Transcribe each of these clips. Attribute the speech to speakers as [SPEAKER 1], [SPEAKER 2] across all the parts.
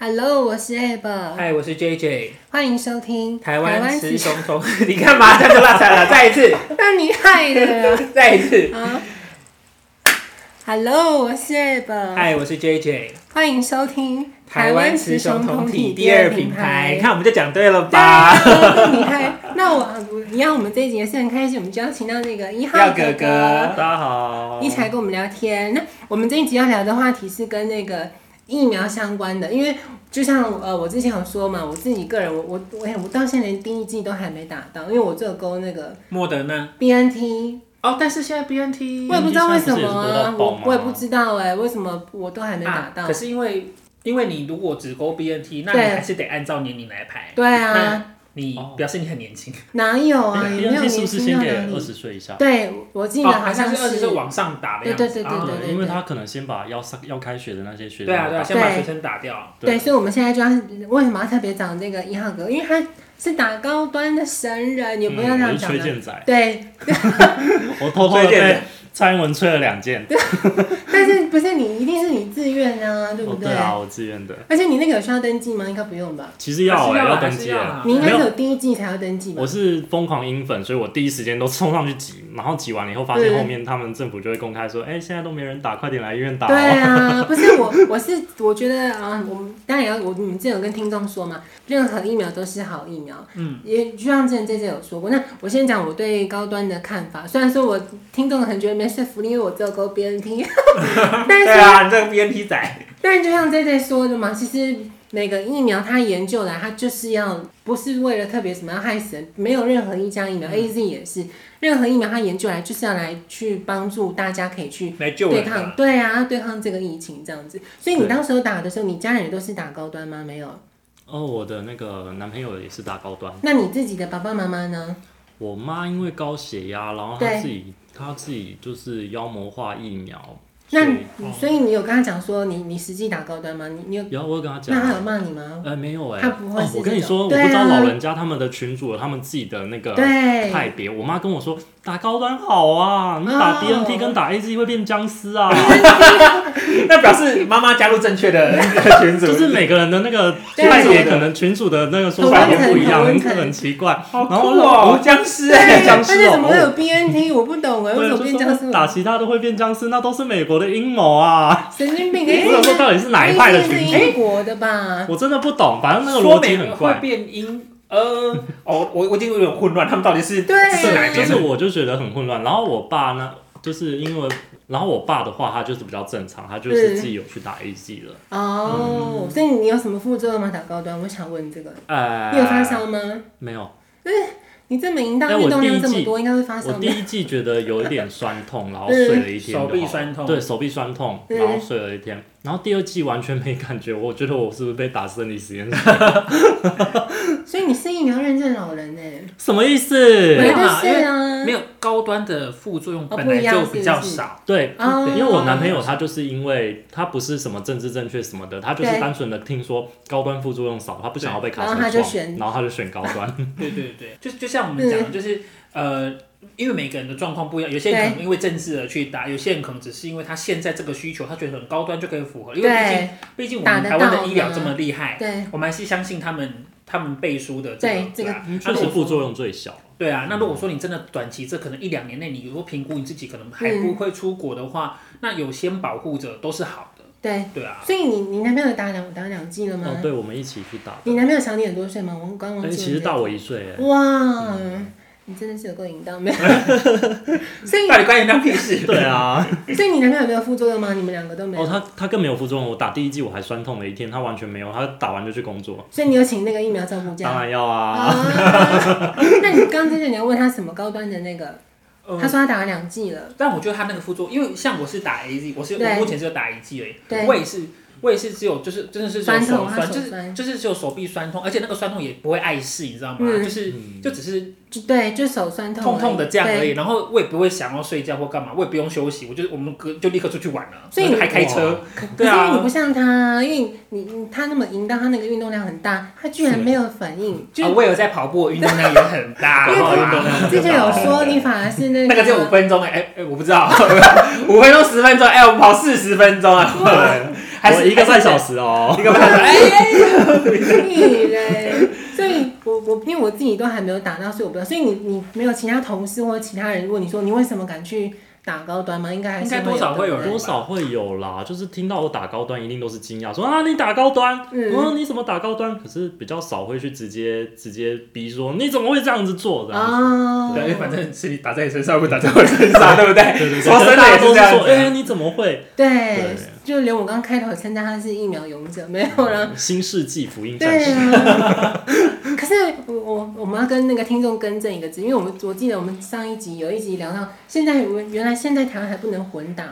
[SPEAKER 1] Hello，我是 a b e
[SPEAKER 2] 嗨，我是 JJ，
[SPEAKER 1] 欢迎收听
[SPEAKER 2] 台湾雌
[SPEAKER 1] 雄。
[SPEAKER 2] 雄同， 你干嘛这么拉扯了？啊再一次，
[SPEAKER 1] 那你害的啊
[SPEAKER 2] 再一次。
[SPEAKER 1] 啊！Hello，我是 a b e
[SPEAKER 2] 嗨，我是 JJ，
[SPEAKER 1] 欢迎收听
[SPEAKER 2] 台湾雌雄同体第二品牌，你
[SPEAKER 1] 对
[SPEAKER 2] 看我们就讲对了吧？
[SPEAKER 1] 啊你害，那我一样，我们这一集也是很开心，我们就邀请到那个一号
[SPEAKER 2] 耀
[SPEAKER 1] 哥
[SPEAKER 2] 哥哥，大家好
[SPEAKER 1] 一起来跟我们聊天。那我们这一集要聊的话题是跟那个疫苗相关的，因为就像呃我之前有说嘛，我自己个人我我我我到现在连第一季都还没打到，因为我只有勾那个
[SPEAKER 2] 莫德纳
[SPEAKER 1] BNT，
[SPEAKER 2] 哦，但是现在 BNT
[SPEAKER 1] 我也不知道为什么啊，
[SPEAKER 3] 你上次不是有说到
[SPEAKER 1] 我
[SPEAKER 3] 爆吗
[SPEAKER 1] 我也不知道哎、为什么我都还没打
[SPEAKER 2] 啊，
[SPEAKER 1] 到？
[SPEAKER 2] 可是因为因为你如果只勾 BNT，那你
[SPEAKER 1] 对
[SPEAKER 2] 还是得按照年龄来排。
[SPEAKER 1] 对啊，
[SPEAKER 3] 哎
[SPEAKER 2] 你表示你很年轻
[SPEAKER 1] 哪有啊？
[SPEAKER 3] 第
[SPEAKER 1] 也没有
[SPEAKER 3] 二季
[SPEAKER 1] 年
[SPEAKER 3] 是不是
[SPEAKER 1] 轻
[SPEAKER 3] 先
[SPEAKER 1] 到
[SPEAKER 3] 给
[SPEAKER 1] 哪
[SPEAKER 3] 二
[SPEAKER 1] 里？
[SPEAKER 3] 十岁以下？
[SPEAKER 1] 对，我记得
[SPEAKER 2] 哦，
[SPEAKER 1] 好
[SPEAKER 2] 好像
[SPEAKER 1] 像
[SPEAKER 2] 是二十岁往上打的样子。
[SPEAKER 1] 对对对
[SPEAKER 2] 啊
[SPEAKER 1] 对
[SPEAKER 3] 因为他可能先把要上要开学的那些学
[SPEAKER 2] 对啊对啊，先把
[SPEAKER 1] 对
[SPEAKER 2] 学生打掉。
[SPEAKER 1] 对，
[SPEAKER 3] 对
[SPEAKER 1] 所以我们现在就要为什么要特别找这个一号哥？因为他是打高端的神人，也不要这
[SPEAKER 3] 嗯我
[SPEAKER 1] 样
[SPEAKER 3] 是
[SPEAKER 1] 讲啊
[SPEAKER 3] 崔
[SPEAKER 1] 的。
[SPEAKER 3] 健仔，
[SPEAKER 1] 对，
[SPEAKER 3] 我偷偷的
[SPEAKER 2] 崔健
[SPEAKER 3] 被
[SPEAKER 2] 仔
[SPEAKER 3] 蔡英文吹了两箭。
[SPEAKER 1] 但是不是你一定是你自愿啊，对不
[SPEAKER 3] 哦，
[SPEAKER 1] 对？
[SPEAKER 3] 对啊，我自愿的。
[SPEAKER 1] 而且你那个有需要登记吗？应该不用吧？
[SPEAKER 3] 其实要哎，
[SPEAKER 2] 还是
[SPEAKER 3] 登
[SPEAKER 2] 还是
[SPEAKER 3] 记
[SPEAKER 2] 要
[SPEAKER 3] 哎。
[SPEAKER 2] 啊
[SPEAKER 1] 你应该是
[SPEAKER 3] 没
[SPEAKER 1] 有第一季才要登记吧
[SPEAKER 3] 我？是疯狂英粉，所以我第一时间都冲上去挤，然后挤完了以后，发现后面他们政府就会公开说，哎，现在都没人打，快点来医院打
[SPEAKER 1] 对
[SPEAKER 3] 哦。
[SPEAKER 1] 啊， 不是我，我是我觉得啊，我们当然也要我们之前有跟听众说嘛，任何疫苗都是好疫苗，
[SPEAKER 2] 嗯，
[SPEAKER 1] 也就像之前 J J 有说过。那我先讲我对高端的看法，虽然说我听众可能觉得没说服力，因为我只有勾 B N T，但
[SPEAKER 2] 对
[SPEAKER 1] 是
[SPEAKER 2] 啊，你这个 BNT 仔，
[SPEAKER 1] 但就像 J J 说的嘛，其实每个疫苗它研究来，它就是要不是为了特别什么要害死人，没有任何一家疫
[SPEAKER 2] 嗯
[SPEAKER 1] 苗、A Z 也是，任何疫苗它研究来就是要来去帮助大家可以去
[SPEAKER 2] 来救
[SPEAKER 1] 对
[SPEAKER 2] 人啊
[SPEAKER 1] 抗，！对啊，对抗这个疫情这样子。所以你
[SPEAKER 3] 对
[SPEAKER 1] 当时候打的时候，你家人也都是打高端吗？没有。
[SPEAKER 3] 哦，我的那个男朋友也是打高端，
[SPEAKER 1] 那你自己的爸爸妈妈呢？
[SPEAKER 3] 我妈因为高血压，然后她
[SPEAKER 1] 对
[SPEAKER 3] 自己她自己就是妖魔化疫苗，
[SPEAKER 1] 那
[SPEAKER 3] 所以
[SPEAKER 1] 你所以你有跟他讲说你你实际打高端吗？你你有？
[SPEAKER 3] 然后我有跟她讲
[SPEAKER 1] 那
[SPEAKER 3] 啊，
[SPEAKER 1] 他有骂你吗？
[SPEAKER 3] 呃，没有哎、
[SPEAKER 1] 他不会
[SPEAKER 3] 哦
[SPEAKER 1] 是。
[SPEAKER 3] 我跟
[SPEAKER 1] 这
[SPEAKER 3] 你
[SPEAKER 1] 种
[SPEAKER 3] 说，我不
[SPEAKER 1] 对
[SPEAKER 3] 知道
[SPEAKER 1] 啊
[SPEAKER 3] 老人家他们的群主有他们自己的那
[SPEAKER 2] 呃
[SPEAKER 3] 个
[SPEAKER 1] 对啊
[SPEAKER 3] 派别。我妈跟我说，打高端好啊，你
[SPEAKER 1] 哦
[SPEAKER 3] 打 BNT 跟打 AZ 会变僵尸 啊，
[SPEAKER 2] 那表示妈妈加入正确 的群组，
[SPEAKER 3] 就是每个人的那个
[SPEAKER 1] 对啊
[SPEAKER 3] 派别可能群主的那个说
[SPEAKER 1] 同
[SPEAKER 3] 法
[SPEAKER 1] 温
[SPEAKER 3] 都
[SPEAKER 1] 层
[SPEAKER 3] 不一样，
[SPEAKER 1] 同温
[SPEAKER 3] 很
[SPEAKER 1] 层
[SPEAKER 3] 很奇怪。
[SPEAKER 2] 好
[SPEAKER 3] 然
[SPEAKER 2] 酷
[SPEAKER 3] 后我说
[SPEAKER 2] 哦
[SPEAKER 3] 哦，
[SPEAKER 2] 僵尸
[SPEAKER 1] 对
[SPEAKER 2] 哎，
[SPEAKER 1] 但
[SPEAKER 2] 僵
[SPEAKER 1] 是
[SPEAKER 2] 尸
[SPEAKER 1] 怎么会
[SPEAKER 2] 哦，
[SPEAKER 1] 有 B N T？我不懂哎，为
[SPEAKER 3] 对
[SPEAKER 1] 什
[SPEAKER 3] 就
[SPEAKER 1] 么变僵尸
[SPEAKER 3] 说打其他都会变僵尸，那都是美国的阴谋啊！
[SPEAKER 1] 神经病！
[SPEAKER 3] 我想说到底是哪一派的群
[SPEAKER 1] 一定
[SPEAKER 3] 体
[SPEAKER 1] 是英国的吧？
[SPEAKER 3] 我真的不懂，反正那个
[SPEAKER 2] 说
[SPEAKER 3] 逻
[SPEAKER 2] 美
[SPEAKER 3] 辑很
[SPEAKER 2] 国会
[SPEAKER 3] 怪。
[SPEAKER 2] 变音，呃，哦，我我已经有点混乱，他们到底是
[SPEAKER 1] 对
[SPEAKER 2] 是哪一
[SPEAKER 3] 就
[SPEAKER 2] 边
[SPEAKER 3] 是
[SPEAKER 2] 的？
[SPEAKER 3] 我就觉得很混乱。然后我爸呢，就是因为，然后我爸的话，他就是比较正常，他就是自己有去打 AZ 了。
[SPEAKER 1] 哦，
[SPEAKER 3] 嗯
[SPEAKER 1] 所以你有什么副作用吗？打高端，我想问这个，
[SPEAKER 3] 呃，
[SPEAKER 1] 你有发？烧吗？哎
[SPEAKER 3] 没有，
[SPEAKER 1] 你这么淫荡，
[SPEAKER 3] 但我
[SPEAKER 1] 运动量
[SPEAKER 3] 第一
[SPEAKER 1] 这么
[SPEAKER 3] 季
[SPEAKER 1] 多，应该会发
[SPEAKER 3] 我
[SPEAKER 1] 烧
[SPEAKER 3] 第
[SPEAKER 1] 的。
[SPEAKER 3] 一季觉得有一点酸痛，然后睡了一天就好了，
[SPEAKER 2] 手臂酸痛
[SPEAKER 3] 对手臂酸痛，
[SPEAKER 1] 嗯
[SPEAKER 3] 然后睡了一天。然后第二季完全没感觉，我觉得我是不是被打生理实 验室？
[SPEAKER 1] 所以你是疫苗认证老人哎，
[SPEAKER 3] 什么意思
[SPEAKER 2] 没？有
[SPEAKER 1] 本来
[SPEAKER 2] 啊
[SPEAKER 1] 就是啊，
[SPEAKER 2] 没有高端的副作用
[SPEAKER 1] 哦
[SPEAKER 2] 本
[SPEAKER 1] 不
[SPEAKER 2] 来
[SPEAKER 1] 一样
[SPEAKER 2] 就比较
[SPEAKER 1] 是不是
[SPEAKER 2] 少，
[SPEAKER 3] 对，
[SPEAKER 1] 哦
[SPEAKER 3] 因为我男朋友他就是因为他不是什么政治正确什么的，他就是
[SPEAKER 1] 对
[SPEAKER 3] 单纯的听说高端副作用少，他不想要被卡
[SPEAKER 1] 然
[SPEAKER 3] 车
[SPEAKER 1] 后
[SPEAKER 3] 撞，
[SPEAKER 1] 他就选
[SPEAKER 3] 然后他就选高端。
[SPEAKER 2] 对对对，就就像我们讲的，就是呃，因为每个人的状况不一样，有些人可能因为政治而去打，有些人可能只是因为他现在这个需求，他觉得很高端就可以符合，因为毕竟
[SPEAKER 3] 哎
[SPEAKER 1] 对
[SPEAKER 2] 毕竟我
[SPEAKER 1] 打
[SPEAKER 2] 们
[SPEAKER 1] 得
[SPEAKER 2] 台湾
[SPEAKER 1] 到
[SPEAKER 2] 的医疗
[SPEAKER 1] 吗
[SPEAKER 2] 这么厉害，
[SPEAKER 1] 对，
[SPEAKER 2] 我们还是相信他们他们背书的
[SPEAKER 1] 哎对
[SPEAKER 2] 这个啊
[SPEAKER 3] 确
[SPEAKER 2] 那
[SPEAKER 3] 实
[SPEAKER 2] 如
[SPEAKER 3] 副
[SPEAKER 2] 果
[SPEAKER 3] 作用最小。
[SPEAKER 2] 对啊，那如果说你真的短期这可能一两年内，你如果评估你自己可能还
[SPEAKER 1] 嗯
[SPEAKER 2] 不会出国的话，那有些保护者都是好的，
[SPEAKER 1] 对。
[SPEAKER 2] 对啊，
[SPEAKER 1] 所以你你男朋友打两打两剂了吗？
[SPEAKER 3] 哦，对，我们一起去打的。
[SPEAKER 1] 嗯你男朋友小你很多岁吗？我刚忘
[SPEAKER 3] 哎，
[SPEAKER 1] 记了。
[SPEAKER 3] 其实大我一岁，哎，
[SPEAKER 1] 哇，你真的是有够淫荡没有？所
[SPEAKER 2] 到
[SPEAKER 1] 以
[SPEAKER 2] 底关你当屁事？
[SPEAKER 3] 对啊，
[SPEAKER 1] 所以你男朋友有没有副作用吗？你们两个都没有。
[SPEAKER 3] 哦，他他更没有副作用。我打第一剂我还酸痛了一天，他完全没有，他打完就去工作。
[SPEAKER 1] 所以你有请那个疫苗照顾
[SPEAKER 3] 当
[SPEAKER 1] 假。
[SPEAKER 3] 然要啊，
[SPEAKER 1] 啊， 那你刚之前你要问他什么高端的那个，
[SPEAKER 2] 嗯
[SPEAKER 1] 他说他打了两剂了，
[SPEAKER 2] 但我觉得他那个副作用，因为像我是打 AZ，我是
[SPEAKER 1] 对
[SPEAKER 2] 我目前只有打一剂而
[SPEAKER 1] 对
[SPEAKER 2] 已，我也是我也是只有就是真的是只有
[SPEAKER 1] 酸
[SPEAKER 2] 手
[SPEAKER 1] 痛他
[SPEAKER 2] 酸，
[SPEAKER 1] 手
[SPEAKER 2] 就是
[SPEAKER 1] 酸
[SPEAKER 2] 就是只有手臂酸痛，而且那个酸痛也不会碍事，你知道吗？
[SPEAKER 1] 嗯
[SPEAKER 2] 就是就只是
[SPEAKER 1] 就对，就手酸痛而
[SPEAKER 2] 痛
[SPEAKER 1] 已，
[SPEAKER 2] 痛的这样而
[SPEAKER 1] 对
[SPEAKER 2] 已，然后我也不会想要睡觉或干嘛，我也不用休息，我就我们隔就立刻出去玩了，
[SPEAKER 1] 所以
[SPEAKER 2] 我
[SPEAKER 1] 你
[SPEAKER 2] 还开车，
[SPEAKER 1] 可
[SPEAKER 2] 对
[SPEAKER 1] 是因为你
[SPEAKER 2] 啊
[SPEAKER 1] 不。像他，因为你你你他那么淫荡，他那个运动量很大，他居然没有反应，就
[SPEAKER 2] 啊，我有在跑步，我运动量也很大，
[SPEAKER 1] 因为
[SPEAKER 2] 好
[SPEAKER 1] 他
[SPEAKER 2] 吧
[SPEAKER 1] 之前有说 你反而是那个
[SPEAKER 2] 那个就 五分钟哎、哎、哎我不知道，五分钟十分钟哎、我们跑四十分钟啊，还
[SPEAKER 3] 我
[SPEAKER 2] 是
[SPEAKER 3] 一个半小时哦。
[SPEAKER 2] 一个半小时，哎，
[SPEAKER 1] 你嘞？ 所以我我因为我自己都还没有打到，所以我不知道。所以你你没有其他同事或其他人问你说你为什么敢去打高端吗？应该还是
[SPEAKER 2] 应该多少会有人
[SPEAKER 1] 的
[SPEAKER 3] 多少会有啦，就是听到我打高端，一定都是惊讶，说啊你打高端，
[SPEAKER 1] 嗯
[SPEAKER 3] 嗯你怎么打高端？可是比较少会去直接直接逼说你怎么会这样子做的、
[SPEAKER 1] 哦，
[SPEAKER 2] 对，因为反正是你打在你身上，不打在我身 上，对不对？
[SPEAKER 3] 对对对，
[SPEAKER 2] 说
[SPEAKER 3] 可
[SPEAKER 2] 真的
[SPEAKER 3] 是大
[SPEAKER 2] 也
[SPEAKER 3] 家都
[SPEAKER 2] 是这
[SPEAKER 3] 是
[SPEAKER 2] 样
[SPEAKER 3] 说，哎、
[SPEAKER 2] 子。啊
[SPEAKER 3] 你怎么会？
[SPEAKER 1] 对
[SPEAKER 3] 对，
[SPEAKER 1] 就连我刚开头称赞他是疫苗勇者，没有啦。
[SPEAKER 3] 新世纪福音战
[SPEAKER 1] 对
[SPEAKER 3] 士，
[SPEAKER 1] 啊，可是我我我们要跟那个听众更正一个字，因为我们我记得我们上一集有一集聊到现在，我们原来现在台湾还不能混打，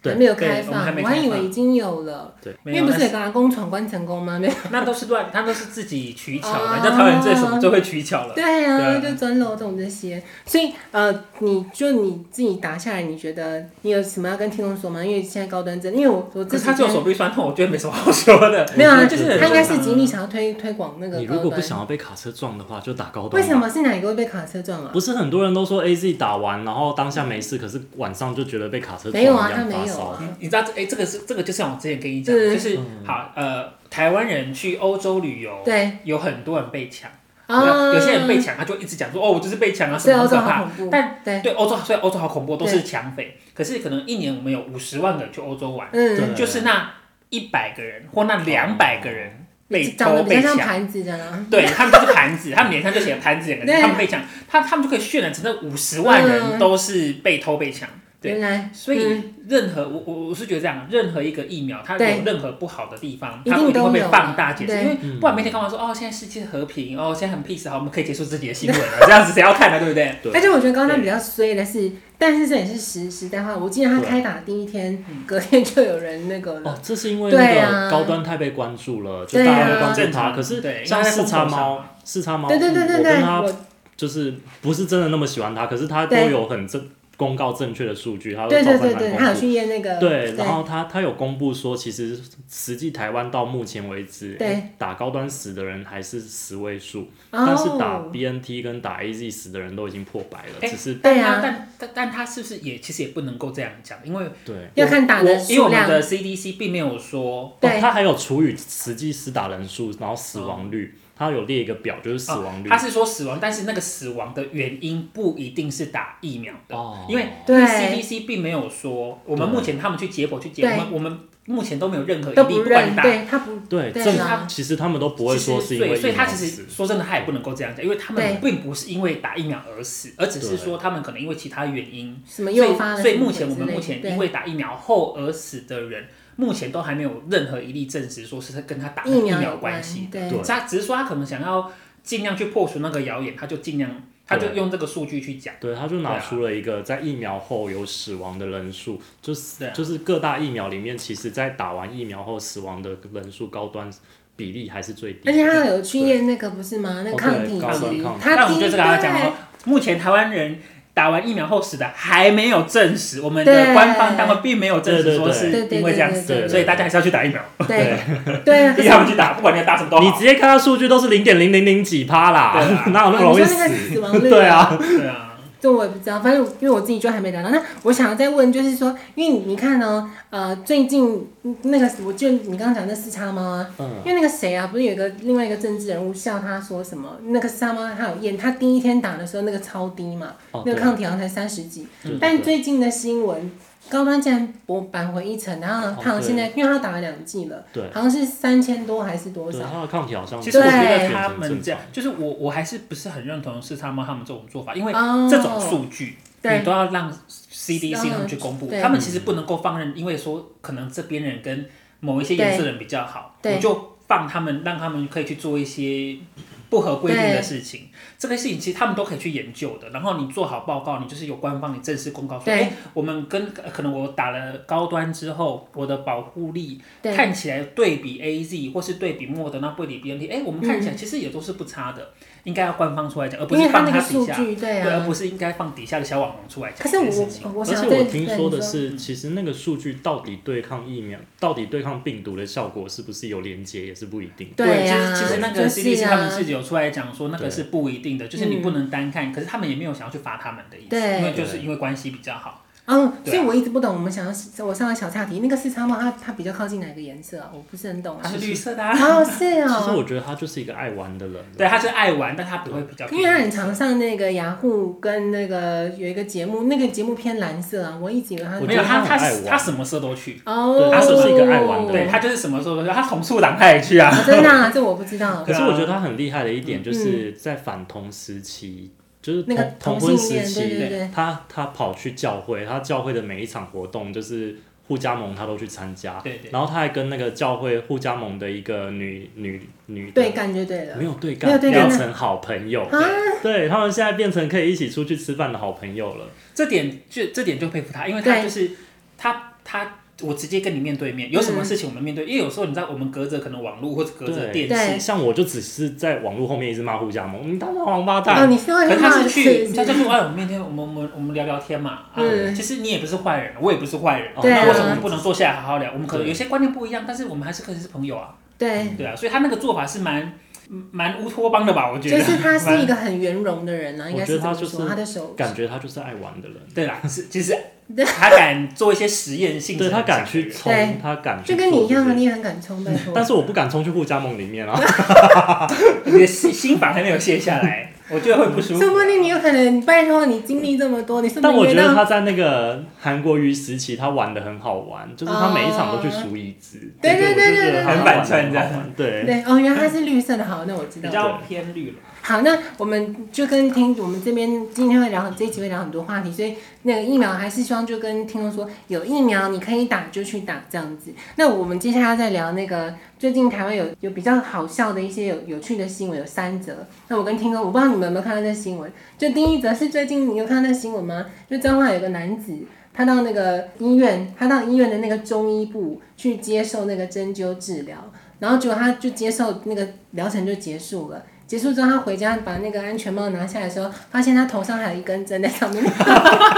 [SPEAKER 3] 对
[SPEAKER 1] 还没有
[SPEAKER 2] 对
[SPEAKER 1] 开
[SPEAKER 2] 我们还
[SPEAKER 1] 放，
[SPEAKER 2] 没
[SPEAKER 1] 我还
[SPEAKER 2] 开
[SPEAKER 1] 以为
[SPEAKER 2] 放
[SPEAKER 1] 已经有了，因
[SPEAKER 2] 没
[SPEAKER 1] 为
[SPEAKER 2] 有
[SPEAKER 1] 不是有个阿公闯关成功吗？没有，
[SPEAKER 2] 那都是乱，他都是自己取巧
[SPEAKER 1] 哦
[SPEAKER 2] 的。你知道桃园最什么最会取巧了？
[SPEAKER 1] 对啊，
[SPEAKER 2] 对
[SPEAKER 1] 就转楼这种这些，所以呃，你就你自己打下来，你觉得你有什么要跟听众说吗？因为现在高端真，因为我我
[SPEAKER 2] 可
[SPEAKER 1] 这
[SPEAKER 2] 是
[SPEAKER 1] 几
[SPEAKER 2] 他只有
[SPEAKER 1] 天
[SPEAKER 2] 手臂酸痛，我觉得没什么好说的。
[SPEAKER 1] 没有啊，
[SPEAKER 2] 哎就
[SPEAKER 3] 我觉
[SPEAKER 2] 是
[SPEAKER 3] 得
[SPEAKER 1] 他应该是极力想要推推广那个
[SPEAKER 3] 你
[SPEAKER 1] 高端。
[SPEAKER 3] 如果不想要被卡车撞的话，就打高端吧。
[SPEAKER 1] 为什么是哪个会被卡车撞啊？
[SPEAKER 3] 不是很多人都说 A Z 打完，然后当下没事，可是晚上就觉得被卡车撞
[SPEAKER 1] 没有啊
[SPEAKER 3] 一样
[SPEAKER 1] 他
[SPEAKER 3] 发
[SPEAKER 1] 没有
[SPEAKER 3] 烧。
[SPEAKER 1] 啊
[SPEAKER 2] 你你知道，这哎，这个是这个，就像我之前跟你讲，
[SPEAKER 1] 嗯
[SPEAKER 2] 就是好呃，台湾人去欧洲旅游，
[SPEAKER 1] 对
[SPEAKER 2] 有很多人被抢，
[SPEAKER 1] 啊，
[SPEAKER 2] 有些人被抢，他就一直讲说哦，我就是被抢啊，什
[SPEAKER 1] 对
[SPEAKER 2] 么
[SPEAKER 1] 欧
[SPEAKER 2] 很
[SPEAKER 1] 洲
[SPEAKER 2] 可
[SPEAKER 1] 好
[SPEAKER 2] 怕。
[SPEAKER 1] 恐怖，
[SPEAKER 2] 但
[SPEAKER 1] 对，
[SPEAKER 2] 对欧洲，所以欧洲好恐怖，都
[SPEAKER 1] 对
[SPEAKER 2] 是抢匪。可是可能一年我们有五十万个人去欧洲玩，
[SPEAKER 1] 嗯，
[SPEAKER 3] 对
[SPEAKER 2] 就是那一百个人或那两百个人被
[SPEAKER 1] 长
[SPEAKER 2] 偷
[SPEAKER 1] 得比
[SPEAKER 2] 被
[SPEAKER 1] 较像
[SPEAKER 2] 抢。
[SPEAKER 1] 盘子这样啊。
[SPEAKER 2] 对他们就是盘子，他们脸上就写盘子两个字，
[SPEAKER 1] 对
[SPEAKER 2] 他们被抢，他他们就可以渲染成那五十万人
[SPEAKER 1] 嗯
[SPEAKER 2] 都是被偷被抢。对
[SPEAKER 1] 原来，
[SPEAKER 2] 所以任何我我我是觉得这样，任何一个疫苗它
[SPEAKER 1] 嗯对
[SPEAKER 2] 有任何不好的地方，
[SPEAKER 1] 一
[SPEAKER 2] 它
[SPEAKER 1] 定
[SPEAKER 2] 都一定会
[SPEAKER 1] 都
[SPEAKER 2] 被
[SPEAKER 1] 有
[SPEAKER 2] 放大解释，
[SPEAKER 1] 对
[SPEAKER 2] 因为
[SPEAKER 3] 嗯
[SPEAKER 2] 不然每天看完说哦现在世界和平，哦现在很 peace，好我们可以结束自己的新闻了， 这样子谁要看呢？对不对？
[SPEAKER 3] 对
[SPEAKER 1] 而且我觉得高端比较衰的是，但是这也是实时代化。我记得
[SPEAKER 2] 啊
[SPEAKER 1] 他开打第一天，
[SPEAKER 2] 嗯
[SPEAKER 1] 隔天就有人那个
[SPEAKER 3] 哦
[SPEAKER 1] 了，，
[SPEAKER 3] 这是因为
[SPEAKER 1] 对
[SPEAKER 3] 那
[SPEAKER 1] 啊
[SPEAKER 3] 个高端太被关注了，就
[SPEAKER 1] 对
[SPEAKER 3] 大
[SPEAKER 1] 啊
[SPEAKER 3] 家都关注
[SPEAKER 2] 正
[SPEAKER 3] 它。
[SPEAKER 2] 常
[SPEAKER 3] 可是
[SPEAKER 2] 对
[SPEAKER 3] 像
[SPEAKER 2] 因为它在
[SPEAKER 3] 四叉
[SPEAKER 2] 风口上
[SPEAKER 3] 猫
[SPEAKER 2] 嘛，
[SPEAKER 3] 四叉猫，
[SPEAKER 1] 对对对对
[SPEAKER 3] 我
[SPEAKER 1] 对
[SPEAKER 3] 跟，它
[SPEAKER 1] 我
[SPEAKER 3] 就是不是真的那么喜欢他，可是他都
[SPEAKER 1] 对
[SPEAKER 3] 有很正公告正确的数据，他
[SPEAKER 1] 对
[SPEAKER 3] 会照
[SPEAKER 1] 对
[SPEAKER 3] 正
[SPEAKER 1] 对
[SPEAKER 3] 版
[SPEAKER 1] 对，
[SPEAKER 3] 公
[SPEAKER 1] 他有
[SPEAKER 3] 布。
[SPEAKER 1] 去验那个，
[SPEAKER 3] 对，然后他他有公布说，其实实际台湾到目前为止，
[SPEAKER 1] 对
[SPEAKER 3] 诶打高端死的人还是十位数，
[SPEAKER 1] 哦
[SPEAKER 3] 但是打 BNT 跟打 AZ 死的人都已经破百了，
[SPEAKER 2] 诶
[SPEAKER 3] 只是
[SPEAKER 1] 对
[SPEAKER 2] 但
[SPEAKER 1] 啊
[SPEAKER 2] 但但但他是不是也其实也不能够这样讲，因为
[SPEAKER 3] 对。
[SPEAKER 1] 要
[SPEAKER 2] 我
[SPEAKER 1] 看打的
[SPEAKER 2] 我因为
[SPEAKER 1] 数
[SPEAKER 2] 我们
[SPEAKER 1] 量，
[SPEAKER 2] 的 CDC 并没有说
[SPEAKER 3] 哦
[SPEAKER 1] 对，
[SPEAKER 3] 他还有除以实际施打人数，然后死亡率，他有列一个表，就是死亡率
[SPEAKER 2] 哦啊他。是说死亡，但是那个死亡的原因不一定是打疫苗的，
[SPEAKER 3] 哦
[SPEAKER 2] 因为
[SPEAKER 1] 对
[SPEAKER 2] CDC 并没有说我们
[SPEAKER 3] 对
[SPEAKER 2] 目前他们去解剖去解，我
[SPEAKER 1] 对
[SPEAKER 2] 们我们目前都没有任何一
[SPEAKER 1] 都
[SPEAKER 2] 例，
[SPEAKER 1] 不
[SPEAKER 2] 不管
[SPEAKER 1] 认，
[SPEAKER 2] 你打。
[SPEAKER 1] 对他不
[SPEAKER 3] 对，
[SPEAKER 1] 对
[SPEAKER 3] 正
[SPEAKER 1] 啊
[SPEAKER 3] 其实他们都不会说是因为
[SPEAKER 2] 所以所以
[SPEAKER 3] 疫
[SPEAKER 2] 他
[SPEAKER 3] 苗
[SPEAKER 2] 其
[SPEAKER 3] 死
[SPEAKER 2] 实。说真的，他也不能够这样讲，因为他们
[SPEAKER 1] 对
[SPEAKER 2] 并不是因为打疫苗而死，而只是说他们可能因为其他原因，
[SPEAKER 1] 什么
[SPEAKER 2] 所
[SPEAKER 1] 诱
[SPEAKER 2] 以
[SPEAKER 1] 发的什么鬼之类的，
[SPEAKER 2] 所以目前我们目前
[SPEAKER 1] 对
[SPEAKER 2] 因为打疫苗后而死的人，目前都还没有任何一例证实说是跟他打
[SPEAKER 1] 疫
[SPEAKER 2] 疫
[SPEAKER 1] 苗
[SPEAKER 2] 苗有
[SPEAKER 1] 有
[SPEAKER 2] 关系，
[SPEAKER 1] 对
[SPEAKER 3] 对
[SPEAKER 2] 他只是说他可能想要尽量去破除那个谣言，他就尽量他就用这个数据去讲。
[SPEAKER 3] 对，他就
[SPEAKER 2] 对
[SPEAKER 3] 拿
[SPEAKER 2] 啊
[SPEAKER 3] 出了一个在疫苗后有死亡的人数，就是、
[SPEAKER 2] 对啊
[SPEAKER 3] 就是各大疫苗里面，其实在打完疫苗后死亡的人数高端比例还是最低的。
[SPEAKER 1] 而且他有去验那个不是吗？那个
[SPEAKER 3] 哦对
[SPEAKER 1] 抗体
[SPEAKER 3] 高端抗体
[SPEAKER 1] 他
[SPEAKER 2] 但
[SPEAKER 1] 第
[SPEAKER 2] 我
[SPEAKER 1] 一
[SPEAKER 2] 觉得这个要讲哦
[SPEAKER 1] 对，
[SPEAKER 2] 目前台湾人打完疫苗后死的还没有证实，我们的
[SPEAKER 1] 对
[SPEAKER 2] 官方单位并没有证实说是
[SPEAKER 1] 对对对
[SPEAKER 2] 因为这样
[SPEAKER 1] 对
[SPEAKER 2] 死，
[SPEAKER 3] 对
[SPEAKER 2] 所以大家还是要去打疫苗，
[SPEAKER 1] 对 对啊，可
[SPEAKER 2] 逼
[SPEAKER 1] 是
[SPEAKER 2] 他们去打，不管你要打什么都
[SPEAKER 3] 你
[SPEAKER 2] 好
[SPEAKER 3] 直。接看到数据都是零点零零零几趴啦，
[SPEAKER 2] 对啊
[SPEAKER 3] 哪有那么容易
[SPEAKER 1] 你说那个死亡率啊
[SPEAKER 3] 对啊，
[SPEAKER 2] 对啊，
[SPEAKER 1] 这我也不知道，反正我因为我自己就还没聊到。那我想要再问，就是说，因为你你看哦，呃，最近那个，我就你刚刚讲那四叉猫啊，
[SPEAKER 3] 嗯，
[SPEAKER 1] 因为那个谁啊，不是有一个另外一个政治人物笑他说什么？那个四叉猫他有验，他第一天打的时候那个超低嘛，
[SPEAKER 3] 哦
[SPEAKER 1] 那个
[SPEAKER 3] 对
[SPEAKER 1] 抗体好像才三十几。
[SPEAKER 3] 对
[SPEAKER 1] 但
[SPEAKER 3] 对
[SPEAKER 1] 最近的新闻，高端竟然我扳回一城，然后呢
[SPEAKER 3] 哦
[SPEAKER 1] 他好像现在因为他打了两剂了，
[SPEAKER 3] 对
[SPEAKER 1] 好像是三千多还是多
[SPEAKER 3] 对，
[SPEAKER 1] 少？
[SPEAKER 3] 他的抗体好像
[SPEAKER 2] 其实我觉
[SPEAKER 1] 对
[SPEAKER 2] 得
[SPEAKER 3] 变
[SPEAKER 2] 他
[SPEAKER 3] 成
[SPEAKER 2] 们
[SPEAKER 3] 正
[SPEAKER 2] 这样
[SPEAKER 3] 常，
[SPEAKER 2] 就是我我还是不是很认同是他们他们这种做法，因为
[SPEAKER 1] 哦
[SPEAKER 2] 这种数据
[SPEAKER 1] 对
[SPEAKER 2] 你都要让 CDC 他们去公布，
[SPEAKER 1] 对
[SPEAKER 2] 他们其实不能够放任，因为说可能这边人跟某一些颜色人比较好，
[SPEAKER 1] 对
[SPEAKER 2] 你就放他们，让他们可以去做一些不合规定的
[SPEAKER 1] 对
[SPEAKER 2] 事情。这个事情其实他们都可以去研究的，然后你做好报告，你就是有官方你正式公告说，
[SPEAKER 1] 对
[SPEAKER 2] 哎，我们跟可能我打了高端之后，我的保护力
[SPEAKER 1] 对
[SPEAKER 2] 看起来对比 A Z 或是对比莫德纳、对比 B N T，哎，我们看起来其实也都是不差的，应该要官方出来讲，而不
[SPEAKER 1] 嗯因
[SPEAKER 2] 是
[SPEAKER 1] 为他
[SPEAKER 2] 放
[SPEAKER 1] 那个
[SPEAKER 2] 底
[SPEAKER 1] 数
[SPEAKER 2] 下，
[SPEAKER 1] 据，对
[SPEAKER 2] 对，而
[SPEAKER 1] 啊。
[SPEAKER 2] 不是应该放底下的小网红出来讲
[SPEAKER 1] 可是
[SPEAKER 2] 这件
[SPEAKER 1] 我
[SPEAKER 2] 事情。
[SPEAKER 1] 我
[SPEAKER 3] 而
[SPEAKER 1] 想
[SPEAKER 3] 且
[SPEAKER 1] 再
[SPEAKER 3] 我听
[SPEAKER 1] 对
[SPEAKER 3] 说
[SPEAKER 1] 你
[SPEAKER 3] 的是，其实那个数据到底对抗疫苗，到底对抗病毒的效果是不是有连接，也是不一定的。
[SPEAKER 1] 对
[SPEAKER 2] 其
[SPEAKER 1] 呀，
[SPEAKER 2] 实其实那个
[SPEAKER 1] 就是
[SPEAKER 2] CDC 他们
[SPEAKER 1] 啊，
[SPEAKER 2] 是有出来讲说那个
[SPEAKER 3] 对
[SPEAKER 2] 是不一定的，就是你不能单看，可是他们也没有想要去罚他们的意思，
[SPEAKER 1] 对
[SPEAKER 2] 因为就是因为关系比较好，
[SPEAKER 1] 嗯，
[SPEAKER 2] 对
[SPEAKER 1] 所
[SPEAKER 2] 啊
[SPEAKER 1] 以我一直不懂，我们想要我上个小岔题，那个四叉猫它它比较靠近哪个颜色啊？我不是很懂
[SPEAKER 2] 它
[SPEAKER 1] 啊。
[SPEAKER 2] 是绿色的、啊，
[SPEAKER 1] 哦，是
[SPEAKER 3] 其实
[SPEAKER 1] 哦，
[SPEAKER 3] 我觉得他就是一个爱玩的人，啊
[SPEAKER 2] 对，它是爱玩，但它不会比较
[SPEAKER 1] 因为它很常上那个雅虎跟那个有一个节目，那个节目偏蓝色啊，我一直以为它
[SPEAKER 3] 我
[SPEAKER 2] 没
[SPEAKER 3] 觉
[SPEAKER 2] 有
[SPEAKER 3] 得
[SPEAKER 2] 它，它
[SPEAKER 3] 它很爱
[SPEAKER 2] 是
[SPEAKER 3] 玩
[SPEAKER 2] 它什么社都去，
[SPEAKER 1] 哦
[SPEAKER 3] 对，
[SPEAKER 2] 它是不是
[SPEAKER 3] 一个爱玩的
[SPEAKER 2] 对
[SPEAKER 3] 人
[SPEAKER 2] 它就是什么社都去，它同处党他也去啊。
[SPEAKER 1] 哦真的啊，这我不知道
[SPEAKER 3] 可。是我觉得他很厉害的一点，就是在反同时期，就是
[SPEAKER 1] 那
[SPEAKER 3] 同
[SPEAKER 1] 个
[SPEAKER 3] 同
[SPEAKER 1] 性
[SPEAKER 3] 婚时
[SPEAKER 1] 恋，对
[SPEAKER 3] 期，
[SPEAKER 1] 对对，
[SPEAKER 3] 他他跑去教会，他教会的每一场活动就是互加盟，他都去参加。
[SPEAKER 2] 对对，
[SPEAKER 3] 然后他还跟那个教会互加盟的一个女女女的
[SPEAKER 1] 对干就对了
[SPEAKER 3] 没。有对
[SPEAKER 1] 没有
[SPEAKER 3] 干，
[SPEAKER 1] 对
[SPEAKER 2] 干
[SPEAKER 3] 变成好朋友。
[SPEAKER 1] 啊，
[SPEAKER 3] 对他们现在变成可以一起出去吃饭的好朋友了。
[SPEAKER 2] 这点就这点就佩服他，因为他
[SPEAKER 1] 对
[SPEAKER 2] 就是他他。我直接跟你面对面，有什么
[SPEAKER 1] 嗯
[SPEAKER 2] 事情我们面对，因为有时候你知道，我们隔着可能网络或者隔着
[SPEAKER 3] 对
[SPEAKER 2] 电
[SPEAKER 1] 对
[SPEAKER 2] 视，
[SPEAKER 3] 像我就只是在网络后面一直骂互加盟，你当他王八
[SPEAKER 1] 哦，
[SPEAKER 3] 蛋。
[SPEAKER 1] 你是会
[SPEAKER 2] 可是他
[SPEAKER 1] 骂
[SPEAKER 2] 是
[SPEAKER 1] 的
[SPEAKER 2] 去，
[SPEAKER 1] 是
[SPEAKER 2] 他就说哎，我们面天我们我们我们聊聊天嘛，啊
[SPEAKER 1] 嗯，
[SPEAKER 2] 其实你也不是坏人，我也不是坏人，
[SPEAKER 3] 哦
[SPEAKER 1] 对啊
[SPEAKER 2] 那为什么我们不能坐下来好好聊？我们可能
[SPEAKER 3] 对
[SPEAKER 2] 有些观念不一样，但是我们还是可以是朋友啊，
[SPEAKER 1] 对，
[SPEAKER 2] 对啊，所以他那个做法是蛮蛮乌托邦的吧？我觉
[SPEAKER 1] 就
[SPEAKER 2] 得
[SPEAKER 1] 是他是一
[SPEAKER 2] 蛮
[SPEAKER 1] 个很圆融的人啊，应该是这么
[SPEAKER 3] 我觉得他就
[SPEAKER 1] 说，
[SPEAKER 3] 是
[SPEAKER 1] 他的手
[SPEAKER 3] 感觉他就是爱玩的人，
[SPEAKER 2] 对啦，是其实
[SPEAKER 1] 对
[SPEAKER 2] 他敢做一些实验性质
[SPEAKER 3] 对
[SPEAKER 2] 很强
[SPEAKER 3] 他
[SPEAKER 2] 的人，
[SPEAKER 3] 敢去
[SPEAKER 1] 对
[SPEAKER 3] 冲，他敢去
[SPEAKER 1] 就跟你一样啊，
[SPEAKER 3] 做这些嗯
[SPEAKER 1] 你也很敢冲，拜托。
[SPEAKER 3] 但是我不敢冲去互加盟里面啊。
[SPEAKER 2] 你的心心房还没有卸下来，我觉得会不舒服啊
[SPEAKER 1] 说。不定你有可能，拜托你经历这么多，你是不
[SPEAKER 3] 但
[SPEAKER 1] 是
[SPEAKER 3] 我觉
[SPEAKER 1] 约
[SPEAKER 3] 得
[SPEAKER 1] 到
[SPEAKER 3] 他在那个韩国瑜时期，他玩的很好玩，就是他每一场都去数椅子，
[SPEAKER 1] 哦对对对对对
[SPEAKER 3] 对，
[SPEAKER 2] 很反串这样
[SPEAKER 3] 样，对，
[SPEAKER 1] 对哦，原来它是绿色的，好，那我知
[SPEAKER 2] 比
[SPEAKER 1] 道。
[SPEAKER 3] 嗯
[SPEAKER 2] 较偏绿了，
[SPEAKER 1] 好，那我们就跟听我们这边今天会聊这一集会聊很多话题，所以那个疫苗还是希望就跟听众说，有疫苗你可以打就去打这样子。那我们接下来再聊那个最近台湾有有比较好笑的一些有有趣的新闻，有三则。那我跟听众，我不知道你们有没有看到这新闻，就第一则是最近你有看到那新闻吗？就彰化有个男子。他到那个医院，他到医院的那个中医部去接受那个针灸治疗，然后结果他就接受那个疗程就结束了。结束之后，他回家把那个安全帽拿下来的时候，发现他头上还有一根针在上面。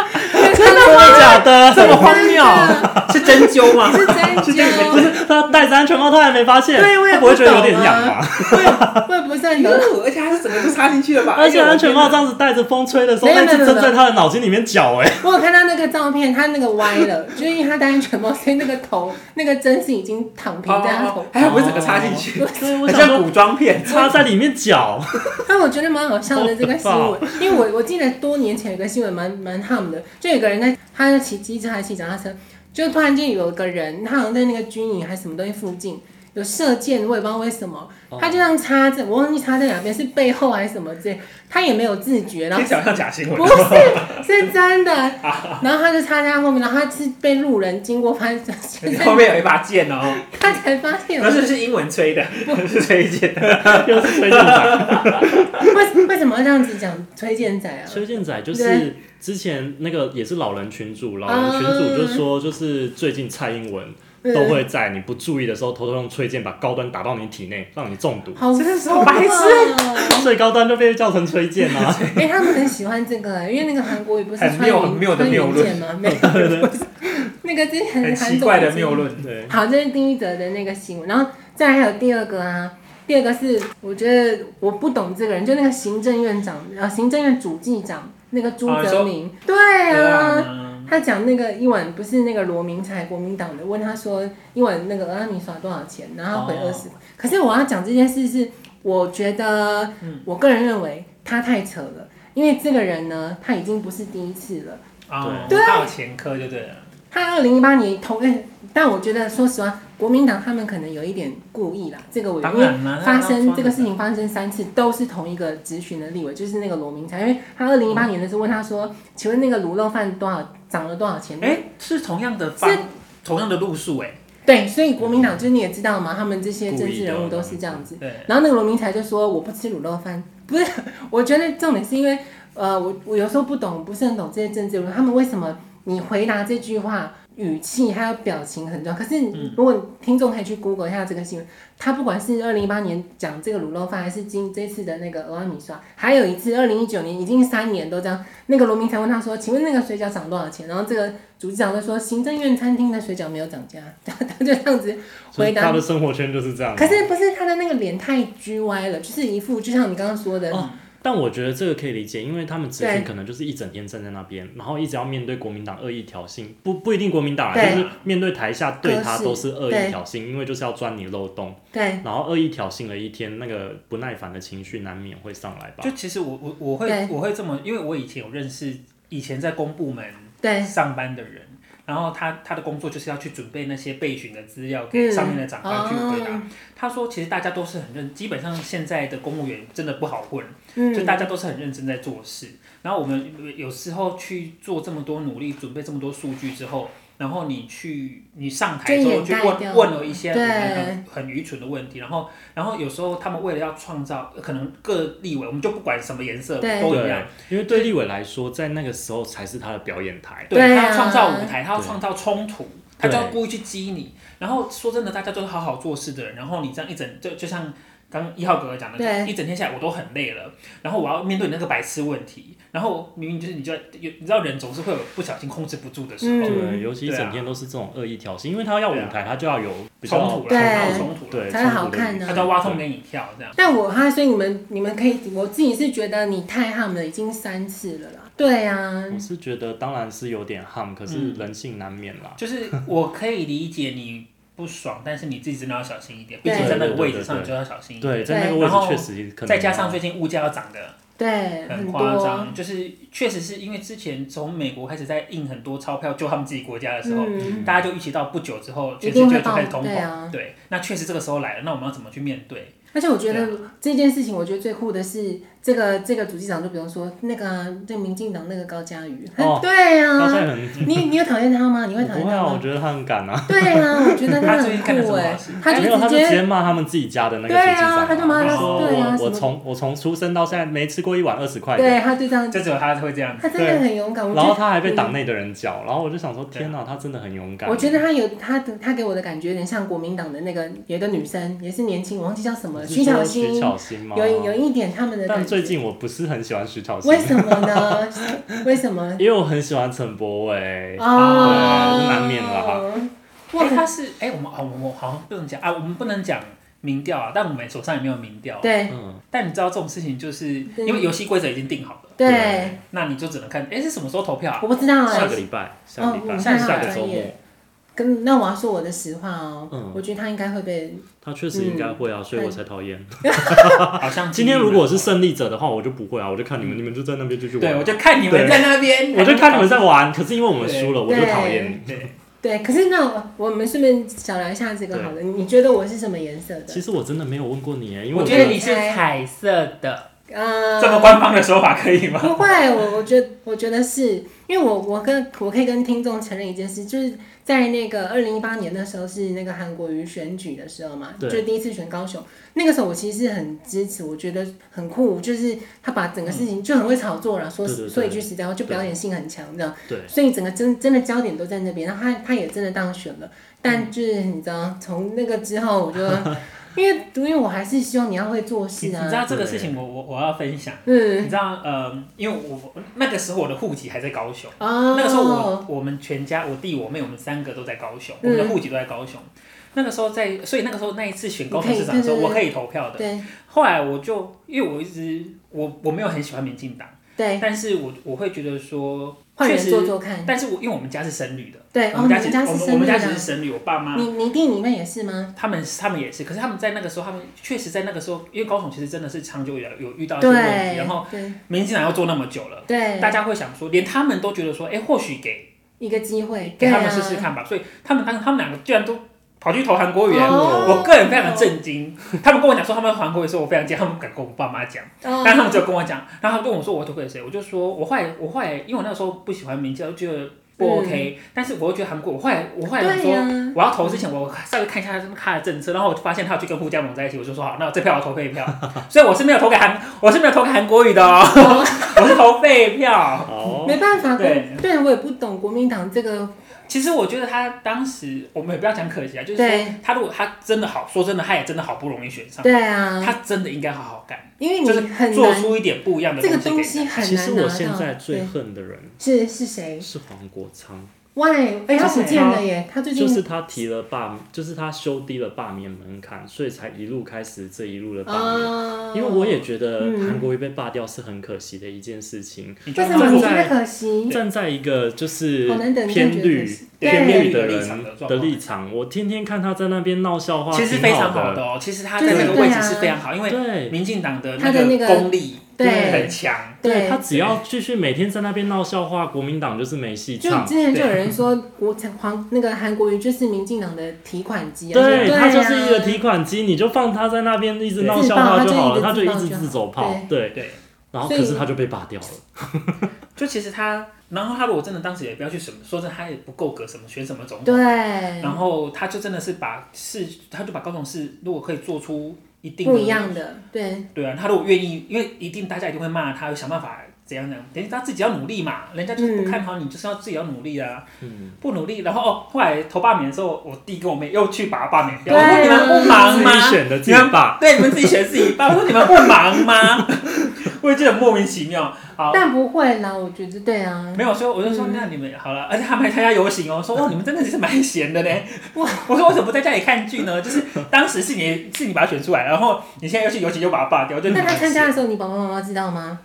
[SPEAKER 3] 真的吗？假的？这么荒谬？
[SPEAKER 2] 是针灸吗？
[SPEAKER 1] 是针
[SPEAKER 3] 不
[SPEAKER 1] 灸，
[SPEAKER 3] 是他戴着安全帽，他还没发现，
[SPEAKER 1] 对我也
[SPEAKER 3] 他
[SPEAKER 1] 不
[SPEAKER 3] 不会觉得有
[SPEAKER 1] 懂
[SPEAKER 3] 点
[SPEAKER 1] 啊
[SPEAKER 3] 痒吗？
[SPEAKER 1] 我也不是很懂。
[SPEAKER 2] 而且他是怎么就插进去了 吧
[SPEAKER 3] 而且安全帽这样子戴着风吹的时候，
[SPEAKER 1] 没有没
[SPEAKER 3] 那
[SPEAKER 1] 有
[SPEAKER 3] 只
[SPEAKER 1] 没有
[SPEAKER 3] 针在他的脑筋里面搅，哎，
[SPEAKER 1] 我有看到那个照片，他那个歪 了，就是因为他戴安全帽，所以那个头那个针是已经躺平在他头
[SPEAKER 2] 哦，。还有不是整个插进去，
[SPEAKER 3] 对，我
[SPEAKER 2] 很
[SPEAKER 3] 想
[SPEAKER 2] 像
[SPEAKER 3] 说
[SPEAKER 2] 古装片。
[SPEAKER 3] 插在里面搅，
[SPEAKER 2] 哦
[SPEAKER 1] 但我觉得蛮好笑的这个新闻，因为我我记得多年前有个新闻蛮蛮 ham 的，就有个人在他在骑机车还是骑脚踏车，就突然间有个人，他好像在那个军营还是什么东西附近有射箭，我也不知道为什么，
[SPEAKER 2] 哦
[SPEAKER 1] 他就这样插着，我忘记插在哪边是背后还是什么之 类，他也没有自觉，然后
[SPEAKER 2] 听起来像假新闻啊
[SPEAKER 1] 不。是是真的，然后他就插在他后面，然后他是被路人经过 翻，
[SPEAKER 2] 后面有一把剑哦，
[SPEAKER 1] 他才发现有
[SPEAKER 2] 那是是英文吹的，是吹剑的。
[SPEAKER 3] 又是推荐仔。
[SPEAKER 1] 为为什么要这样子讲推荐仔啊？
[SPEAKER 3] 崔健仔就
[SPEAKER 1] 对
[SPEAKER 3] 是之前那个也是老人群主，老人群主就说，就是最近蔡英文都会在你不注意的时候偷偷用吹剑把高端打到你体内，让你中毒。
[SPEAKER 1] 好
[SPEAKER 2] 真的是啊
[SPEAKER 1] 疯啊
[SPEAKER 2] 白痴
[SPEAKER 1] 哦
[SPEAKER 3] 最高端就被叫成吹剑 啊！
[SPEAKER 1] 哎、他们很喜欢这个、因为那个韩国语不是
[SPEAKER 2] 很
[SPEAKER 1] 穿
[SPEAKER 2] 谬
[SPEAKER 1] 云
[SPEAKER 2] 很谬的
[SPEAKER 1] 穿
[SPEAKER 2] 谬
[SPEAKER 1] 云
[SPEAKER 2] 论
[SPEAKER 1] 箭吗？没有，不是那个之前
[SPEAKER 2] 很
[SPEAKER 1] 韩
[SPEAKER 2] 奇
[SPEAKER 1] 总
[SPEAKER 2] 怪的
[SPEAKER 1] 已经
[SPEAKER 2] 谬论。
[SPEAKER 3] 对，
[SPEAKER 1] 好，这是第一则的那个新闻，然后再来还有第二个啊，第二个是我觉得我不懂这个人，就那个行政院长，呃，行政院主计长那个朱
[SPEAKER 2] 哦你
[SPEAKER 1] 泽
[SPEAKER 2] 说
[SPEAKER 1] 明，对啊。
[SPEAKER 2] 嗯
[SPEAKER 1] 他讲那个一晚不是那个罗明才国民党的，问他说一晚那个阿米耍多少钱，然后他回
[SPEAKER 2] 哦
[SPEAKER 1] 二十、可是我要讲这件事是，我觉得
[SPEAKER 2] 嗯
[SPEAKER 1] 我个人认为他太扯了，因为这个人呢，他已经不是第一次了。
[SPEAKER 2] 哦，
[SPEAKER 1] 对
[SPEAKER 2] 他有前科就对了。
[SPEAKER 1] 他二零一八年同，哎、但我觉得说实话，国民党他们可能有一点故意啦，这个我
[SPEAKER 2] 当
[SPEAKER 1] 因为
[SPEAKER 2] 然啦
[SPEAKER 1] 发
[SPEAKER 2] 那要
[SPEAKER 1] 生
[SPEAKER 2] 抓
[SPEAKER 1] 这个事情发生三次，都是同一个咨询的立委，就是那个罗明才，因为他二零一八年的时候问他说，请问那个卤肉饭多少涨了多少钱？
[SPEAKER 2] 哎，是同样的方
[SPEAKER 1] 是，
[SPEAKER 2] 同样的路数哎。
[SPEAKER 1] 对，所以国民党就是你也知道嘛，他们这些政治人物
[SPEAKER 3] 故意的
[SPEAKER 1] 都是这样子。
[SPEAKER 2] 对，
[SPEAKER 1] 然后那个罗明才就说我不吃卤肉饭，不是，我觉得重点是因为呃，我我有时候不懂，不是很懂这些政治人物，他们为什么你回答这句话语气还有表情很重要。可是
[SPEAKER 3] 嗯
[SPEAKER 1] 如果听众可以去 Google 一下这个新闻，他不管是二零一八年讲这个卤肉饭，还是今这次的那个俄阿米刷，还有一次二零一九年，已经三年都这样。那个罗明才问他说：“请问那个水饺涨多少钱？”然后这个主机长就说：“行政院餐厅的水饺没有涨价。” 他就这样子
[SPEAKER 3] 所
[SPEAKER 1] 回
[SPEAKER 3] 以
[SPEAKER 1] 答
[SPEAKER 3] 他的生活圈就是这样。
[SPEAKER 1] 可是不是他的那个脸太 G 歪了，就是一副就像你刚刚说的，
[SPEAKER 3] 哦但我觉得这个可以理解，因为他们执
[SPEAKER 1] 对
[SPEAKER 3] 行可能就是一整天站在那边，然后一直要面对国民党恶意挑衅，不不一定国民党啊，
[SPEAKER 1] 对
[SPEAKER 3] 就是面对台下对他
[SPEAKER 1] 各式
[SPEAKER 3] 都是恶
[SPEAKER 1] 对
[SPEAKER 3] 意挑衅，因为就是要钻你漏洞，
[SPEAKER 1] 对
[SPEAKER 3] 然后恶意挑衅了一天，那个不耐烦的情绪难免会上来吧
[SPEAKER 2] 就。其实我我我
[SPEAKER 1] 对
[SPEAKER 2] 会我会这么，因为我以前有认识以前在公部门
[SPEAKER 1] 对
[SPEAKER 2] 上班的人，然后他他的工作就是要去准备那些备询的资料
[SPEAKER 1] 嗯
[SPEAKER 2] 给上面的长官去回答。
[SPEAKER 1] 哦
[SPEAKER 2] 他说，其实大家都是很认，基本上现在的公务员真的不好混，
[SPEAKER 1] 嗯，
[SPEAKER 2] 就大家都是很认真在做事。然后我们有时候去做这么多努力，准备这么多数据之后。然后你去，你上台之后
[SPEAKER 1] 就掩
[SPEAKER 2] 去
[SPEAKER 1] 盖掉
[SPEAKER 2] 问
[SPEAKER 1] 了
[SPEAKER 2] 问了一些
[SPEAKER 1] 对
[SPEAKER 2] 很很愚蠢的问题，然后然后有时候他们为了要创造，可能各立委我们就不管什么颜色
[SPEAKER 1] 对
[SPEAKER 2] 都一样
[SPEAKER 3] 对，，因为对立委来说，在那个时候才是他的表演台。
[SPEAKER 2] 对
[SPEAKER 1] 对啊
[SPEAKER 2] 他要创造舞台，他要
[SPEAKER 3] 对
[SPEAKER 2] 创造冲突，他就
[SPEAKER 3] 对
[SPEAKER 2] 要故意去激你。然后说真的，大家都是好好做事的人，然后你这样一整就就像刚一号哥哥讲的，
[SPEAKER 1] 对
[SPEAKER 2] 就一整天下来我都很累了，然后我要面对那个白痴问题，然后明明就是你就有你知道人总是会有不小心控制不住的时候，
[SPEAKER 1] 嗯啊
[SPEAKER 3] 对，尤其一
[SPEAKER 2] 对啊
[SPEAKER 3] 整天都是这种恶意挑衅，因为他要舞台，他就要有比较
[SPEAKER 2] 冲突了，
[SPEAKER 1] 对
[SPEAKER 2] 然后冲突了，
[SPEAKER 3] 对
[SPEAKER 1] 才会好看啊嗯
[SPEAKER 2] 他
[SPEAKER 1] 呢
[SPEAKER 2] 就要挖洞给你跳这样。
[SPEAKER 1] 但我哈，所以你们你们可以，我自己是觉得你太ham 了，已经三次了啦。对啊，
[SPEAKER 3] 我是觉得当然是有点 ham，可是人性难免啦。
[SPEAKER 2] 就是我可以理解你不爽，但是你自己真的要小心一点，毕
[SPEAKER 1] 对
[SPEAKER 2] 竟在那个位置
[SPEAKER 3] 对
[SPEAKER 2] 上
[SPEAKER 3] 对对
[SPEAKER 2] 你就要小心一点。
[SPEAKER 3] 对，在那个位
[SPEAKER 2] 然后
[SPEAKER 3] 置确实可能
[SPEAKER 2] 再加上最近物价要涨的。
[SPEAKER 1] 对，
[SPEAKER 2] 很
[SPEAKER 1] 很
[SPEAKER 2] 夸
[SPEAKER 1] 多，
[SPEAKER 2] 张，就是确实是因为之前从美国开始在印很多钞票救他们自己国家的时候，
[SPEAKER 1] 嗯，
[SPEAKER 2] 大家就预期到不久之后
[SPEAKER 1] 一
[SPEAKER 2] 全
[SPEAKER 1] 定
[SPEAKER 2] 世
[SPEAKER 1] 会
[SPEAKER 2] 界就
[SPEAKER 1] 爆
[SPEAKER 2] 开始，通
[SPEAKER 1] 对
[SPEAKER 2] 膨。
[SPEAKER 1] 啊。
[SPEAKER 2] 对，那确实这个时候来了，那我们要怎么去面对？
[SPEAKER 1] 而且我觉得这件事情，我觉得最酷的是这个这个主机长，就比如说那个啊这个民进党那个高嘉瑜，
[SPEAKER 3] 哦
[SPEAKER 1] 对
[SPEAKER 3] 高嘉
[SPEAKER 1] 啊，
[SPEAKER 3] 宇很，
[SPEAKER 1] 你你有讨厌他吗？你会
[SPEAKER 3] 我
[SPEAKER 1] 讨厌
[SPEAKER 3] 不会
[SPEAKER 1] 他
[SPEAKER 3] 啊，我
[SPEAKER 1] 吗？
[SPEAKER 3] 觉得他很敢啊，
[SPEAKER 1] 对啊，我觉得
[SPEAKER 2] 他
[SPEAKER 1] 很
[SPEAKER 2] 最近干了什
[SPEAKER 1] 酷
[SPEAKER 2] 么
[SPEAKER 1] 哎
[SPEAKER 2] 好事，
[SPEAKER 1] 他就
[SPEAKER 3] 没有，他
[SPEAKER 1] 直
[SPEAKER 3] 就直
[SPEAKER 1] 接
[SPEAKER 3] 接骂他们自己家的那个
[SPEAKER 1] 对啊
[SPEAKER 3] 主机长，
[SPEAKER 1] 他就骂
[SPEAKER 2] 他
[SPEAKER 3] 说
[SPEAKER 1] 对啊
[SPEAKER 3] 我我
[SPEAKER 1] 什么
[SPEAKER 3] 从我从出生到现在没吃过一碗二十块的，
[SPEAKER 1] 对，他就这样，
[SPEAKER 2] 就只有他会这样子。
[SPEAKER 1] 嗯他真的很勇敢。我觉
[SPEAKER 3] 然后
[SPEAKER 1] 得
[SPEAKER 3] 他还被
[SPEAKER 1] 嗯
[SPEAKER 3] 党内的人叫，然后我就想说，
[SPEAKER 2] 对啊
[SPEAKER 3] 天哪，他真的很勇敢。
[SPEAKER 1] 我觉得他有他的，他给我的感觉有点像国民党的那个有一个女生，也是年轻，我忘记叫什么了，
[SPEAKER 3] 你是
[SPEAKER 1] 徐
[SPEAKER 3] 说
[SPEAKER 1] 巧
[SPEAKER 3] 徐
[SPEAKER 1] 芯，
[SPEAKER 3] 巧芯吗？
[SPEAKER 1] 有有一点他们的感
[SPEAKER 3] 但
[SPEAKER 1] 觉。
[SPEAKER 3] 最近我不是很喜欢徐巧芯
[SPEAKER 1] 为，什么呢？为什 么？
[SPEAKER 3] 因为我很喜欢陈柏伟。
[SPEAKER 1] 哦，
[SPEAKER 3] 对难免啦。
[SPEAKER 2] 哎、
[SPEAKER 1] 哇，
[SPEAKER 2] 他是哎、我们好，我们好像不能讲啊，我们不能讲民调啊，但我们手上也没有民调。啊
[SPEAKER 1] 对
[SPEAKER 3] 嗯，
[SPEAKER 2] 但你知道这种事情，就是
[SPEAKER 1] 对
[SPEAKER 2] 因为游戏规则已经定好了，
[SPEAKER 1] 对，
[SPEAKER 2] 那你就只能看，哎、是什么时候投票啊？
[SPEAKER 1] 我不知道
[SPEAKER 3] 下
[SPEAKER 1] 哎
[SPEAKER 3] 个。礼拜，下个礼拜，
[SPEAKER 1] 哦
[SPEAKER 2] 下
[SPEAKER 3] 下
[SPEAKER 2] 下
[SPEAKER 3] 个
[SPEAKER 2] 个
[SPEAKER 3] 周
[SPEAKER 1] 周
[SPEAKER 3] 末
[SPEAKER 1] 末，跟那我要说我的实话哦
[SPEAKER 3] 嗯，
[SPEAKER 1] 我觉得他应该会被
[SPEAKER 3] 他确实应该会啊，
[SPEAKER 1] 嗯
[SPEAKER 3] 所以我才讨厌。
[SPEAKER 2] 好像
[SPEAKER 3] 今天如果我是胜利者的话，我就不会啊，我就看你们，你们就在那边继续
[SPEAKER 2] 嗯
[SPEAKER 3] 玩。啊
[SPEAKER 2] 对，我就看你们
[SPEAKER 3] 对
[SPEAKER 2] 在那边，
[SPEAKER 3] 我就看你们在玩，可是因为我们输了，我就讨厌你。
[SPEAKER 2] 对。
[SPEAKER 1] 对。可是那我我们顺便小聊一下这个好了，你觉得我是什么颜色
[SPEAKER 3] 其
[SPEAKER 1] 的？
[SPEAKER 3] 实我真的没有问过你耶，因为
[SPEAKER 2] 我觉
[SPEAKER 1] 觉得
[SPEAKER 2] 得你是彩色的，
[SPEAKER 1] 呃，
[SPEAKER 2] 这么官方的说法可以吗？
[SPEAKER 1] 不会，我我觉得我觉得是因为我我跟我可以跟听众承认一件事，就是在那个二零一八年的时候是那个韩国瑜选举的时候嘛，
[SPEAKER 3] 对
[SPEAKER 1] 就第一次选高雄，那个时候我其实是很支持，我觉得很酷，就是他把整个事情就很会炒作了，说
[SPEAKER 3] 对对对
[SPEAKER 1] 说一句实在话，就表演性很强这样，
[SPEAKER 3] 对
[SPEAKER 1] 所以整个真真的焦点都在那边，然后他他也真的当选了，但就是你知道，从那个之后我就因为因为我还是希望你要会做
[SPEAKER 2] 你
[SPEAKER 1] 事
[SPEAKER 2] 你
[SPEAKER 1] 啊
[SPEAKER 2] 知，道这个事情我，我我要分享。
[SPEAKER 1] 嗯，
[SPEAKER 2] 你知道，呃，因为我我那个时候我的户籍还在高雄，
[SPEAKER 1] 哦，
[SPEAKER 2] 那个时候我我们全家，我弟我妹我们三个都在高雄，我们的
[SPEAKER 1] 嗯
[SPEAKER 2] 户籍都在高雄。那个时候在，所以那个时候那一次选高雄
[SPEAKER 1] 你可以
[SPEAKER 2] 市长的时候，
[SPEAKER 1] 对对对
[SPEAKER 2] 我可以投票的。
[SPEAKER 1] 对
[SPEAKER 2] 后来我就因为我一直我我没有很喜欢民进党，
[SPEAKER 1] 对。
[SPEAKER 2] 但是我我会觉得说，
[SPEAKER 1] 换
[SPEAKER 2] 确
[SPEAKER 1] 人
[SPEAKER 2] 实
[SPEAKER 1] 做做看。
[SPEAKER 2] 但是我因为我们家是省旅的，
[SPEAKER 1] 对，哦，
[SPEAKER 2] 我们
[SPEAKER 1] 你
[SPEAKER 2] 家
[SPEAKER 1] 们
[SPEAKER 2] 其
[SPEAKER 1] 家
[SPEAKER 2] 实
[SPEAKER 1] 是
[SPEAKER 2] 我们
[SPEAKER 1] 生
[SPEAKER 2] 我
[SPEAKER 1] 日
[SPEAKER 2] 们家其实是
[SPEAKER 1] 的，
[SPEAKER 2] 省旅，我爸妈
[SPEAKER 1] 你你弟你妹也是吗？
[SPEAKER 2] 他们他们也是，可是他们在那个时候，他们确实在那个时候，因为高雄其实真的是长久以来有遇到一些
[SPEAKER 1] 对
[SPEAKER 2] 问啊题，然后，
[SPEAKER 1] 对
[SPEAKER 2] 民进党要做那么久了，
[SPEAKER 1] 对，
[SPEAKER 2] 大家会想说，连他们都觉得说，哎、或许给
[SPEAKER 1] 一个机会
[SPEAKER 2] 给
[SPEAKER 1] 对
[SPEAKER 2] 他
[SPEAKER 1] 啊
[SPEAKER 2] 们试试看吧，所以他们他他们两个居然都跑去投韩国瑜。哎
[SPEAKER 1] 哦
[SPEAKER 2] 我个人非常的震惊，他们跟我讲说他们要韩国瑜的时候，我非常惊讶，他们不敢跟我爸妈讲，
[SPEAKER 1] 哦
[SPEAKER 2] 但他们只有跟我讲，然后他们跟我说我要投给谁，我就说我后来我后来，因为我那时候不喜欢民进党，我就觉得不 OK，、但是我又觉得韩国，我后来我后来想
[SPEAKER 1] 嗯对啊
[SPEAKER 2] 说，
[SPEAKER 1] 呀，
[SPEAKER 2] 我要投之前，我稍微看一下他们他的政策，然后我发现他有去跟互加盟在一起，我就说好，那我这票我投废票， 所以我是没有投给韩，我是没有投给韩国语的哦，我是投废票。
[SPEAKER 3] 哦，
[SPEAKER 1] 没办法，
[SPEAKER 2] 对
[SPEAKER 1] 对啊我也不懂国民党这个，
[SPEAKER 2] 其实我觉得他当时，我们也不要讲可惜啊，就是说
[SPEAKER 1] 对
[SPEAKER 2] 他如果他真的好，说真的，他也真的好不容易选上，
[SPEAKER 1] 对啊，
[SPEAKER 2] 他真的应该好好干，
[SPEAKER 1] 因为你
[SPEAKER 2] 就是
[SPEAKER 1] 很
[SPEAKER 2] 做
[SPEAKER 1] 难，
[SPEAKER 2] 出一点不一样的
[SPEAKER 1] 这个
[SPEAKER 2] 东
[SPEAKER 1] 东
[SPEAKER 2] 西
[SPEAKER 1] 西
[SPEAKER 2] 给
[SPEAKER 1] 很难
[SPEAKER 3] 其实我
[SPEAKER 1] 拿
[SPEAKER 3] 现
[SPEAKER 1] 到
[SPEAKER 3] 在最
[SPEAKER 1] 对
[SPEAKER 3] 恨的人
[SPEAKER 1] 是是谁？
[SPEAKER 3] 是黄国昌，
[SPEAKER 1] 喂，哎、他不见了耶，他最近
[SPEAKER 3] 就是他提了罢，就是他修低了罢免门槛，所以才一路开始这一路的罢免。
[SPEAKER 1] 哦，
[SPEAKER 3] 因为我也觉得韩国瑜被罢掉是很可惜的一件事情。
[SPEAKER 2] 你就
[SPEAKER 1] 为
[SPEAKER 2] 让
[SPEAKER 1] 什么
[SPEAKER 2] 他
[SPEAKER 1] 你
[SPEAKER 2] 在
[SPEAKER 1] 觉得可惜？
[SPEAKER 3] 站在一个就是
[SPEAKER 1] 好难得你这样
[SPEAKER 3] 偏
[SPEAKER 1] 觉得可
[SPEAKER 3] 绿
[SPEAKER 1] 惜、对
[SPEAKER 3] 偏
[SPEAKER 2] 对
[SPEAKER 3] 绿的
[SPEAKER 2] 立场
[SPEAKER 3] 人
[SPEAKER 2] 的状况
[SPEAKER 3] 的立场，我天天看他在那边闹笑话，
[SPEAKER 2] 其实非常
[SPEAKER 3] 挺
[SPEAKER 2] 好
[SPEAKER 3] 好
[SPEAKER 2] 的。哦，其实他
[SPEAKER 1] 就
[SPEAKER 2] 在
[SPEAKER 1] 是
[SPEAKER 2] 那个
[SPEAKER 1] 对
[SPEAKER 2] 位置
[SPEAKER 1] 啊
[SPEAKER 2] 是非常好，因为
[SPEAKER 3] 对，
[SPEAKER 2] 民进党的
[SPEAKER 1] 他的那
[SPEAKER 2] 那
[SPEAKER 1] 个
[SPEAKER 2] 个功力
[SPEAKER 1] 对
[SPEAKER 2] 很强，
[SPEAKER 1] 对
[SPEAKER 3] 他只要继续每天在那边闹笑话，国民党就是没戏
[SPEAKER 1] 就
[SPEAKER 3] 唱
[SPEAKER 1] 之。前就有人说国黄那个韩国瑜就是民进党的提款机啊，
[SPEAKER 3] 对
[SPEAKER 1] 啊
[SPEAKER 3] 他就是一个提款机，你就放他在那边一直闹笑话就好了，他就一直自走炮。对，
[SPEAKER 2] 对。
[SPEAKER 3] 然后可是他就被罢掉了。
[SPEAKER 2] 就其实他，然后他如果真的当时也不要去什么，说真的他也不够格什么选什么总统，
[SPEAKER 1] 对，啊
[SPEAKER 2] 然后他就真的是把市，他就把高雄市如果可以做出一定
[SPEAKER 1] 不
[SPEAKER 2] 的
[SPEAKER 1] 一样的，对，
[SPEAKER 2] 对啊，他如果愿意，因为一定大家一定会骂他，想办法怎样怎样，等于他自己要努力嘛，人家就是不看好你，就是要自己要努力啊，
[SPEAKER 3] 嗯，
[SPEAKER 2] 不努力，然后哦，后来投罢免的时候，我弟跟我妹又去把他罢免掉，
[SPEAKER 1] 对
[SPEAKER 2] 我
[SPEAKER 1] 啊
[SPEAKER 2] 说你们不忙
[SPEAKER 3] 自己
[SPEAKER 2] 吗？
[SPEAKER 3] 选的自己罢。
[SPEAKER 2] 对，你们自己选自己罢，我说你们不忙吗？ 我也觉得很莫名其妙。好，
[SPEAKER 1] 但不会啦，我觉得对啊，
[SPEAKER 2] 没有说，我就说那你
[SPEAKER 1] 嗯
[SPEAKER 2] 们好了，而且他们还参加游行哦， 说哇你们真的是蛮闲的呢。哇，我说为什么不在家里看剧呢？就是当时是你是你把他选出来，然后你现在又去游行又把他罢掉，就你
[SPEAKER 1] 那
[SPEAKER 2] 们
[SPEAKER 1] 他参加的时候，你爸爸妈妈知道吗？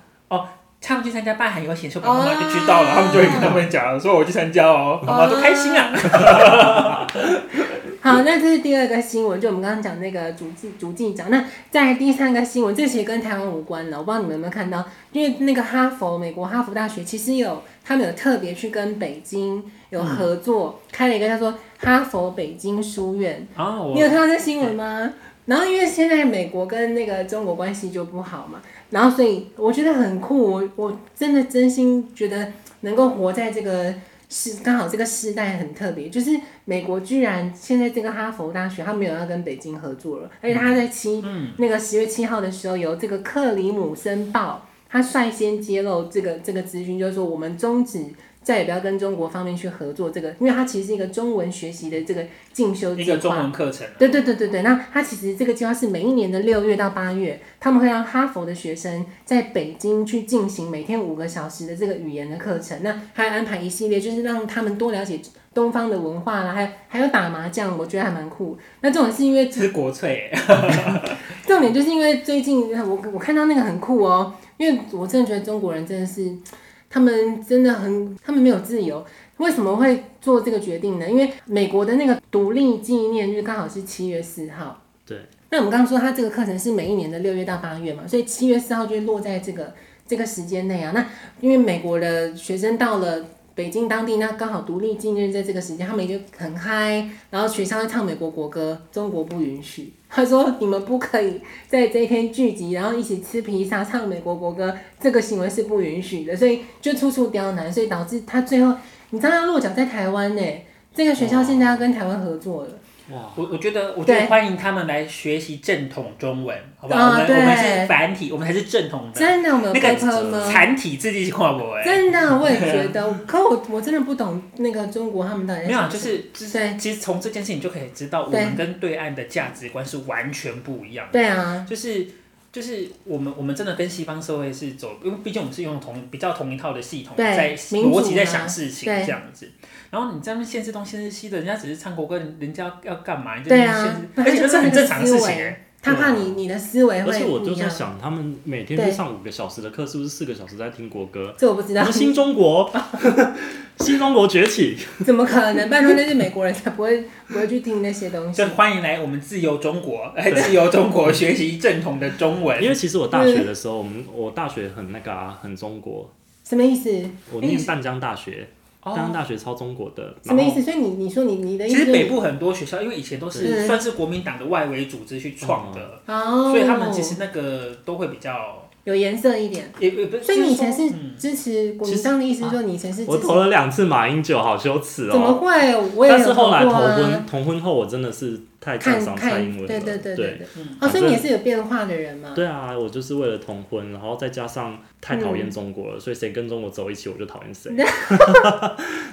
[SPEAKER 2] 他们去参加办韩游行，说爸妈就知
[SPEAKER 1] 哦
[SPEAKER 2] 道了，他们就会跟他们讲说我去参加哦，妈妈都开心啊。
[SPEAKER 1] 好，那这是第二个新闻，就我们刚刚讲那个主计主计长。那在第三个新闻，这其实跟台湾无关了，我不知道你们有没有看到，因为那个哈佛美国哈佛大学其实有他们有特别去跟北京
[SPEAKER 3] 嗯
[SPEAKER 1] 有合作，开了一个叫做哈佛北京书院。
[SPEAKER 2] 啊，
[SPEAKER 1] 你有看到这新闻吗？然后因为现在美国跟那个中国关系就不好嘛，然后所以我觉得很酷，我我真的真心觉得能够活在这个时，刚好这个时代很特别，就是美国居然现在这个哈佛大学，他没有要跟北京合作了，而且他在七、
[SPEAKER 2] 嗯
[SPEAKER 1] 那个十月七号的时候，由这个克里姆森报他率先揭露这个这个资讯，就是说我们终止。再也不要跟中国方面去合作这个，因为它其实是一个中文学习的这个进修计
[SPEAKER 2] 一
[SPEAKER 1] 划
[SPEAKER 2] 个，中文课程，
[SPEAKER 1] 对对对对对，那它其实这个计划是每一年的六月到八月，他们会让哈佛的学生在北京去进行每天五个小时的这个语言的课程，那还安排一系列就是让他们多了解东方的文化啦，还有还有打麻将，我觉得还蛮酷。那这种是因为
[SPEAKER 2] 这是国粹，欸
[SPEAKER 1] 重点就是因为最近我我看到那个很酷哦，因为我真的觉得中国人真的是，他们真的很，他们没有自由。为什么会做这个决定呢？因为美国的那个独立纪念日刚好是七月四号。
[SPEAKER 3] 对。
[SPEAKER 1] 那我们刚刚说，它这个课程是每一年的六月到八月嘛，所以七月四号就会落在这个这个时间内啊。那因为美国的学生到了北京当地，那刚好独立纪念日在这个时间，他们就很嗨，然后学校会唱美国国歌，中国不允许。他说你们不可以在这一天聚集，然后一起吃披萨、唱美国国歌，这个行为是不允许的，所以就处处刁难，所以导致他最后，你知道他落脚在台湾呢、这个学校现在要跟台湾合作了，
[SPEAKER 2] 嗯
[SPEAKER 3] 哇，
[SPEAKER 2] 我我觉得，我觉得
[SPEAKER 1] 对
[SPEAKER 2] 欢迎他们来学习正统中文，好不好？
[SPEAKER 1] 啊
[SPEAKER 2] 我们
[SPEAKER 1] 对
[SPEAKER 2] 我们是繁体，我们才是正统的。
[SPEAKER 1] 真的我们
[SPEAKER 2] 那
[SPEAKER 1] 有 p
[SPEAKER 2] 个
[SPEAKER 1] a 吗？
[SPEAKER 2] 繁体字己跨国哎，
[SPEAKER 1] 真的，我也觉 得，可我我真的不懂那个中国他们到底在
[SPEAKER 2] 没有啊，
[SPEAKER 1] 想
[SPEAKER 2] 就
[SPEAKER 1] 什么
[SPEAKER 2] 是就是
[SPEAKER 1] 对，
[SPEAKER 2] 其实从这件事情就可以知道，我
[SPEAKER 1] 对
[SPEAKER 2] 们跟对岸的价值观是完全不一样的。
[SPEAKER 1] 对啊，
[SPEAKER 2] 就是就是我们我们真的跟西方社会是走，因为毕竟我们是用同比较同一套的系统
[SPEAKER 1] 对
[SPEAKER 2] 在
[SPEAKER 1] 民主
[SPEAKER 2] 逻辑在想事情
[SPEAKER 1] 啊对
[SPEAKER 2] 这样子。然后你在那边限制东限制西的，人家只是唱国歌，人家要要干嘛？你哎就在
[SPEAKER 1] 对
[SPEAKER 2] 那边限
[SPEAKER 1] 啊
[SPEAKER 2] 制，，
[SPEAKER 1] 那
[SPEAKER 2] 而且
[SPEAKER 1] 他
[SPEAKER 2] 这
[SPEAKER 1] 就是
[SPEAKER 2] 很
[SPEAKER 1] 那个
[SPEAKER 2] 正常的
[SPEAKER 1] 思
[SPEAKER 2] 事情
[SPEAKER 1] 维
[SPEAKER 2] 哎。，
[SPEAKER 1] 他怕你你的思维
[SPEAKER 3] 而
[SPEAKER 1] 会
[SPEAKER 3] 且我
[SPEAKER 1] 不
[SPEAKER 3] 就
[SPEAKER 1] 一
[SPEAKER 3] 在
[SPEAKER 1] 样，
[SPEAKER 3] 想，他们每天就上五个小时的课，是不是四个小时在听国歌？
[SPEAKER 1] 这我不知
[SPEAKER 3] 我
[SPEAKER 1] 道
[SPEAKER 3] 们，新中国， 新中国崛起，
[SPEAKER 1] 怎么可能？拜托，那是美国人才不会不会去听那些东西
[SPEAKER 2] 所以。欢迎来我们自由中国，来 自由中国学习正统的中文。
[SPEAKER 3] 因为其实我大学的时候，我们我大学很那个啊，很中国。
[SPEAKER 1] 什么意思？
[SPEAKER 3] 我念淡江大学，淡江
[SPEAKER 2] 哦，
[SPEAKER 3] 大学超中国的。
[SPEAKER 1] 哎什么意
[SPEAKER 3] 然后？
[SPEAKER 1] 思？所以你你说你你的意
[SPEAKER 2] 其
[SPEAKER 1] 思
[SPEAKER 2] 实
[SPEAKER 1] 是
[SPEAKER 2] 北部很多学校，因为以前都
[SPEAKER 1] 对
[SPEAKER 2] 是算是国民党的外围组织去创的，
[SPEAKER 1] 哦，
[SPEAKER 2] 所以他们其实那个都会比较，
[SPEAKER 1] 有颜色一点。
[SPEAKER 2] 也也不是。
[SPEAKER 1] 所以你以前
[SPEAKER 2] 就是说嗯啊
[SPEAKER 1] 支持国民党的意思，是说你以前是支
[SPEAKER 3] 我
[SPEAKER 1] 持
[SPEAKER 3] 投？了两次马英九，好羞耻
[SPEAKER 1] 怎么
[SPEAKER 3] 哦。
[SPEAKER 1] 会？我也
[SPEAKER 3] 但
[SPEAKER 1] 有
[SPEAKER 3] 是
[SPEAKER 1] 投
[SPEAKER 3] 后
[SPEAKER 1] 过
[SPEAKER 3] 来同
[SPEAKER 1] 啊。
[SPEAKER 3] 婚，同婚后我真的是太赞
[SPEAKER 1] 看
[SPEAKER 3] 赏
[SPEAKER 1] 看
[SPEAKER 3] 蔡英文，了。
[SPEAKER 1] 对对对对。
[SPEAKER 2] 嗯
[SPEAKER 1] 哦，所以
[SPEAKER 3] 反正
[SPEAKER 1] 你也是有变化的人嘛？
[SPEAKER 3] 对啊，我就是为了同婚，然后再加上太讨
[SPEAKER 1] 嗯
[SPEAKER 3] 厌中国了，所以谁跟中国走一起，我就讨 厌谁。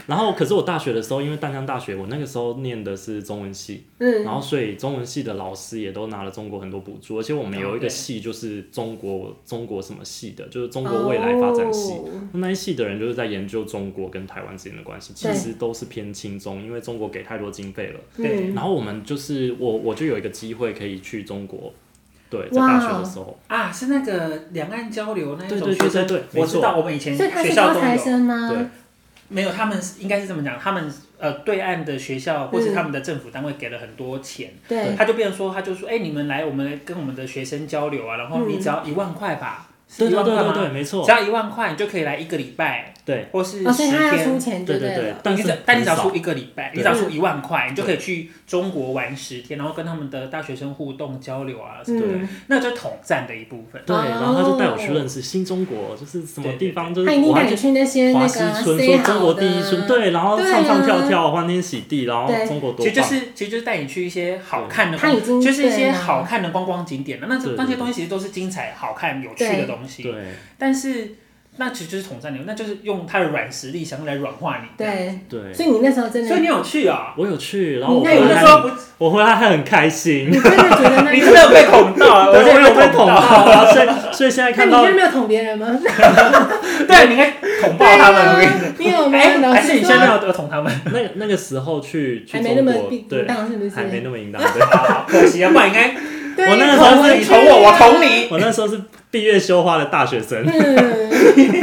[SPEAKER 3] 然后，可是我大学的时候，因为淡江大学，我那个时候念的是中文系，
[SPEAKER 1] 嗯
[SPEAKER 3] 然后所以中文系的老师也都拿了中国很多补助，而且我们有一
[SPEAKER 1] 哦
[SPEAKER 3] 个系就是中国中国什么系的，就是中国未来发展系。
[SPEAKER 1] 哦
[SPEAKER 3] 那一系的人就是在研究中国跟台湾之间的关系，其
[SPEAKER 1] 对
[SPEAKER 3] 实都是偏轻松，因为中国给太多经费了。
[SPEAKER 2] 对
[SPEAKER 1] 嗯
[SPEAKER 3] 然后我们就是我我就有一个机会可以去中国，对，在
[SPEAKER 1] 哇
[SPEAKER 3] 大学的时候。
[SPEAKER 2] 啊，是那个两岸交流那一
[SPEAKER 3] 对
[SPEAKER 2] 种
[SPEAKER 3] 对
[SPEAKER 2] 学
[SPEAKER 3] 对对
[SPEAKER 2] 生，
[SPEAKER 3] 对，没
[SPEAKER 2] 我知
[SPEAKER 3] 错。
[SPEAKER 2] 道，我们以前
[SPEAKER 1] 所以他
[SPEAKER 2] 学
[SPEAKER 1] 是
[SPEAKER 2] 校
[SPEAKER 1] 高
[SPEAKER 2] 都
[SPEAKER 1] 材
[SPEAKER 2] 有。
[SPEAKER 1] 生吗？
[SPEAKER 3] 对
[SPEAKER 2] 没有，他们是应该是这么讲，他们呃对岸的学校或是
[SPEAKER 1] 嗯
[SPEAKER 2] 他们的政府单位给了很多钱，
[SPEAKER 1] 对
[SPEAKER 2] 他就变成说，他就说，哎、你们来，我们跟我们的学生交流啊，然后你
[SPEAKER 1] 嗯
[SPEAKER 2] 只要一万块吧，
[SPEAKER 3] 对
[SPEAKER 2] 是一
[SPEAKER 3] 对
[SPEAKER 2] 万
[SPEAKER 3] 对
[SPEAKER 2] 块
[SPEAKER 3] 对
[SPEAKER 2] 吗？
[SPEAKER 3] 对，没错
[SPEAKER 2] 只，要一万块，你就可以来一个礼拜，
[SPEAKER 3] 对，
[SPEAKER 2] 或是
[SPEAKER 1] 哦，所以
[SPEAKER 2] 十
[SPEAKER 1] 他要
[SPEAKER 2] 天
[SPEAKER 1] 出。钱
[SPEAKER 3] 对
[SPEAKER 1] 对
[SPEAKER 3] 对对
[SPEAKER 1] 了。
[SPEAKER 3] 但
[SPEAKER 2] 你
[SPEAKER 3] 是
[SPEAKER 2] 只但你只要
[SPEAKER 3] 很少
[SPEAKER 2] 出一个礼拜，
[SPEAKER 3] 对
[SPEAKER 2] 你只要出一万块，你就可以去中国玩十天，然后跟他们的大学生互动交流啊什么的，
[SPEAKER 1] 嗯，
[SPEAKER 2] 那就是统战的一部分。
[SPEAKER 3] 对，
[SPEAKER 1] 哦
[SPEAKER 3] 然后他就带我去认识新中国，就是什么地方，就是
[SPEAKER 1] 他一定
[SPEAKER 3] 我
[SPEAKER 1] 带
[SPEAKER 3] 还
[SPEAKER 1] 你
[SPEAKER 3] 去
[SPEAKER 1] 去那些那
[SPEAKER 3] 华
[SPEAKER 1] 个
[SPEAKER 3] 西村，
[SPEAKER 1] say
[SPEAKER 3] 说
[SPEAKER 1] 好
[SPEAKER 3] 中国第一
[SPEAKER 1] 的
[SPEAKER 3] 村，，对，然后
[SPEAKER 1] 对
[SPEAKER 3] 唱唱跳
[SPEAKER 1] 啊
[SPEAKER 3] 跳，欢天喜地，然后
[SPEAKER 1] 对
[SPEAKER 3] 中国多
[SPEAKER 2] 其实就
[SPEAKER 3] 棒，
[SPEAKER 2] 是其实就是带你去一些好看的
[SPEAKER 1] 他已经
[SPEAKER 2] 就是一
[SPEAKER 1] 对
[SPEAKER 2] 些
[SPEAKER 1] 了
[SPEAKER 2] 好看的观光景点了。啊那这
[SPEAKER 3] 对
[SPEAKER 2] 那些东西其实都是精彩、好看、有趣的东西。
[SPEAKER 3] 对
[SPEAKER 2] 但是那其实就是统战流，那就是用它的软实力想要来软化你。，
[SPEAKER 1] 对，
[SPEAKER 3] 对，
[SPEAKER 1] 所以你那时候真的
[SPEAKER 2] 所以，你有去啊、
[SPEAKER 3] 我有去，然后我
[SPEAKER 1] 你
[SPEAKER 3] 回
[SPEAKER 1] 那有
[SPEAKER 2] 那我就
[SPEAKER 3] 来还
[SPEAKER 2] 说不，
[SPEAKER 3] 很，我回来还很开心
[SPEAKER 1] 你，真的觉 得那
[SPEAKER 2] 你真的有被捅到 啊！
[SPEAKER 3] 对，我有被
[SPEAKER 2] 捅
[SPEAKER 3] 捅到，啊，所以所以现在
[SPEAKER 1] 那
[SPEAKER 3] 看
[SPEAKER 1] 你
[SPEAKER 3] 到
[SPEAKER 1] 现在没有捅别人 吗？
[SPEAKER 2] 对，你应该捅爆他们。我跟你
[SPEAKER 1] 对啊你有
[SPEAKER 2] 讲，
[SPEAKER 1] 没有
[SPEAKER 2] 哎，
[SPEAKER 1] 老
[SPEAKER 2] 还是
[SPEAKER 1] 师
[SPEAKER 2] 你现在
[SPEAKER 1] 说
[SPEAKER 2] 要得捅他们？
[SPEAKER 3] 那个那个时候去去
[SPEAKER 1] 还没
[SPEAKER 3] 中
[SPEAKER 1] 那么
[SPEAKER 3] 国
[SPEAKER 1] 必，不
[SPEAKER 3] 对，
[SPEAKER 1] 当是不是？
[SPEAKER 3] 还没那么淫荡， 对。
[SPEAKER 2] 好可惜啊，不然应该
[SPEAKER 1] 对，
[SPEAKER 3] 我那个
[SPEAKER 1] 你
[SPEAKER 3] 时候
[SPEAKER 1] 捅
[SPEAKER 3] 是
[SPEAKER 1] 回
[SPEAKER 2] 你
[SPEAKER 1] 去
[SPEAKER 2] 捅我，我
[SPEAKER 1] 啊
[SPEAKER 2] 捅你。
[SPEAKER 3] 我那时候是闭月羞花的大学生，
[SPEAKER 1] 嗯，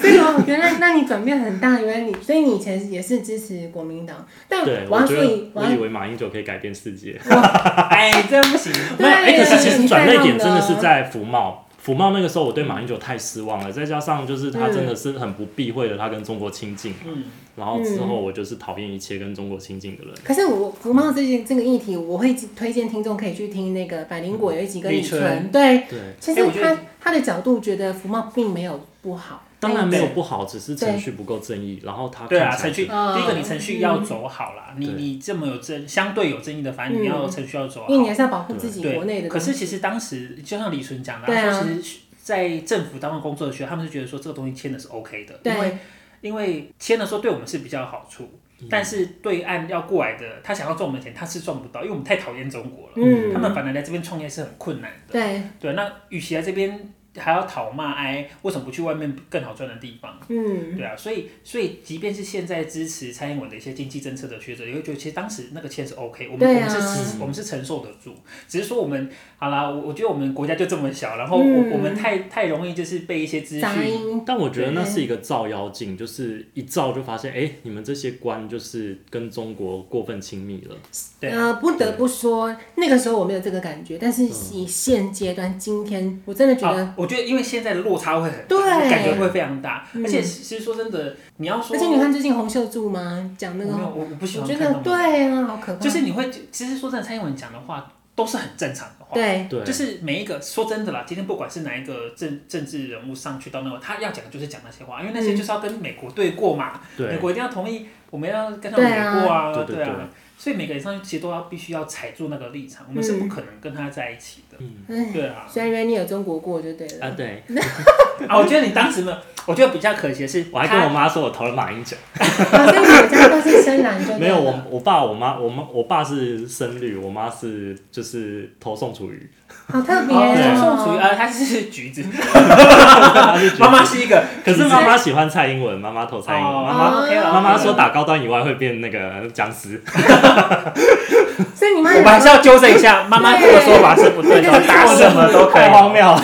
[SPEAKER 1] 所以我觉得，那你转变很大，原来你，所以你以前也是支持国民党，但
[SPEAKER 3] 对，
[SPEAKER 1] 我
[SPEAKER 3] 我
[SPEAKER 1] 要
[SPEAKER 3] 觉
[SPEAKER 1] 说
[SPEAKER 3] 得
[SPEAKER 1] 你，我
[SPEAKER 3] 我
[SPEAKER 1] 要
[SPEAKER 3] 以为马英九可以改变世界，
[SPEAKER 2] 哎，真不行。
[SPEAKER 3] 没有，哎、
[SPEAKER 1] 对
[SPEAKER 3] 可是其实转
[SPEAKER 1] 你
[SPEAKER 3] 泪
[SPEAKER 1] 太
[SPEAKER 3] 点
[SPEAKER 1] 棒
[SPEAKER 3] 真
[SPEAKER 1] 了
[SPEAKER 3] 的是在福茂。福茂那个时候，我对马英九太失望
[SPEAKER 1] 嗯
[SPEAKER 3] 了，再加上就是他真的是很不避讳的，他跟中国亲近，
[SPEAKER 2] 嗯，
[SPEAKER 3] 然后之后我就是讨厌一切跟中国亲近的人。
[SPEAKER 1] 可是我福茂这件这个议题，我会推荐听众可以去听那个百灵果有一集跟
[SPEAKER 2] 李
[SPEAKER 1] 李
[SPEAKER 2] 纯
[SPEAKER 1] 纯，对，
[SPEAKER 3] 对，
[SPEAKER 1] 其
[SPEAKER 2] 哎
[SPEAKER 1] 实
[SPEAKER 2] 我觉得
[SPEAKER 1] 他他的角度觉得福茂并没有不好，
[SPEAKER 3] 当然没有
[SPEAKER 2] 对
[SPEAKER 3] 不好，只是程序不够正义，然后他
[SPEAKER 2] 对啊，
[SPEAKER 3] 看
[SPEAKER 2] 程
[SPEAKER 3] 起
[SPEAKER 2] 序
[SPEAKER 3] 来
[SPEAKER 1] 嗯
[SPEAKER 2] 第一个你程序要走好啦，你
[SPEAKER 3] 对
[SPEAKER 2] 你这么有正相对有正义的，反正你要程序要走好。
[SPEAKER 1] 因为你还是要保护自己
[SPEAKER 2] 对，
[SPEAKER 1] 国内的
[SPEAKER 2] 可
[SPEAKER 1] 东西，
[SPEAKER 2] 是其实当时就像李纯讲的、
[SPEAKER 1] 对啊
[SPEAKER 2] 说其实在政府单位工作的学，他们是觉得说这个东西签的是 OK 的，因为
[SPEAKER 1] 对，
[SPEAKER 2] 因为签了说对我们是比较有好处，但是对岸要过来的，他想要赚我们的钱，他是赚不到，因为我们太讨厌中国了，
[SPEAKER 1] 嗯
[SPEAKER 2] 他们反而来这边创业是很困难的。
[SPEAKER 1] 对，
[SPEAKER 2] 对，啊那与其来这边还要讨骂哎，为什么不去外面更好赚的地方？
[SPEAKER 1] 嗯，
[SPEAKER 2] 对啊，所以所以即便是现在支持蔡英文的一些经济政策的学者，也会觉得其实当时那个钱是 OK，我们、
[SPEAKER 1] 对
[SPEAKER 2] 我
[SPEAKER 1] 啊
[SPEAKER 2] 们是我们是承受得住，只是说我们好啦，我我觉得我们国家就这么小，然后我、
[SPEAKER 1] 嗯
[SPEAKER 2] 我们太太容易就是被一些资
[SPEAKER 1] 杂
[SPEAKER 2] 讯。
[SPEAKER 1] 音，
[SPEAKER 3] 但我觉得那是一个照妖镜，就是一照就发现，哎、你们这些官就是跟中国过分亲密了。
[SPEAKER 2] 对嗯
[SPEAKER 1] 呃，不得不说，那个时候我没有这个感觉，但是以现阶段今天，我真的觉得，
[SPEAKER 2] 啊，我觉得因为现在的落差会很大，
[SPEAKER 1] 对
[SPEAKER 2] 感觉会非常大，
[SPEAKER 1] 嗯
[SPEAKER 2] 而且其实说真的，你要说，
[SPEAKER 1] 而且你看最近洪秀柱嘛，讲那
[SPEAKER 2] 我没有
[SPEAKER 1] 个，
[SPEAKER 2] 我我不喜
[SPEAKER 1] 我
[SPEAKER 2] 欢
[SPEAKER 1] 觉
[SPEAKER 2] 看
[SPEAKER 1] 得
[SPEAKER 2] 到
[SPEAKER 1] 对啊，好可怕，
[SPEAKER 2] 就是你会，其实说真的，蔡英文讲的话都是很正常的话，
[SPEAKER 1] 对，
[SPEAKER 3] 对，
[SPEAKER 2] 就是每一个说真的啦，今天不管是哪一个政政治人物上去到那个，他要讲的就是讲那些话，因为那些就是要跟美国对过嘛，美
[SPEAKER 3] 对，
[SPEAKER 2] 国一定要同意，我们要跟他们美国啊，
[SPEAKER 3] 对啊对对
[SPEAKER 2] 啊，所以每个人上去其实都要必须要踩住那个立场，我们是不可能跟他在一起的，
[SPEAKER 3] 嗯，
[SPEAKER 1] 哎，
[SPEAKER 2] 对啊，
[SPEAKER 1] 虽然原来你有中国过就对
[SPEAKER 3] 啊
[SPEAKER 1] 了，
[SPEAKER 3] 对，
[SPEAKER 2] 啊，我觉得你当时呢， 我觉得比较可惜的是，
[SPEAKER 3] 我还跟我妈说我投了马英九。
[SPEAKER 1] 反正我们家都是深蓝就对了
[SPEAKER 3] 没有，我我爸、我妈、我妈、我爸是深绿，我妈是就是投宋楚瑜，
[SPEAKER 1] 好特别
[SPEAKER 2] 哦，
[SPEAKER 3] 对
[SPEAKER 2] 宋楚瑜
[SPEAKER 1] 哦，
[SPEAKER 2] 啊，他是橘子，
[SPEAKER 3] 她是橘子
[SPEAKER 2] 妈妈。是一个，
[SPEAKER 3] 可是妈妈喜欢蔡英文，妈妈投蔡英文，
[SPEAKER 2] 哦
[SPEAKER 3] 妈
[SPEAKER 1] 妈
[SPEAKER 2] OK 了，
[SPEAKER 3] 妈妈
[SPEAKER 2] OK 了
[SPEAKER 3] 说，打高端以外会变那个 僵尸，
[SPEAKER 1] 所以你妈
[SPEAKER 2] 我
[SPEAKER 1] 也
[SPEAKER 2] 们还是要纠正一下，妈妈这个说法是不对的， 打什么都可
[SPEAKER 3] 太荒
[SPEAKER 2] 以。
[SPEAKER 3] 谬了。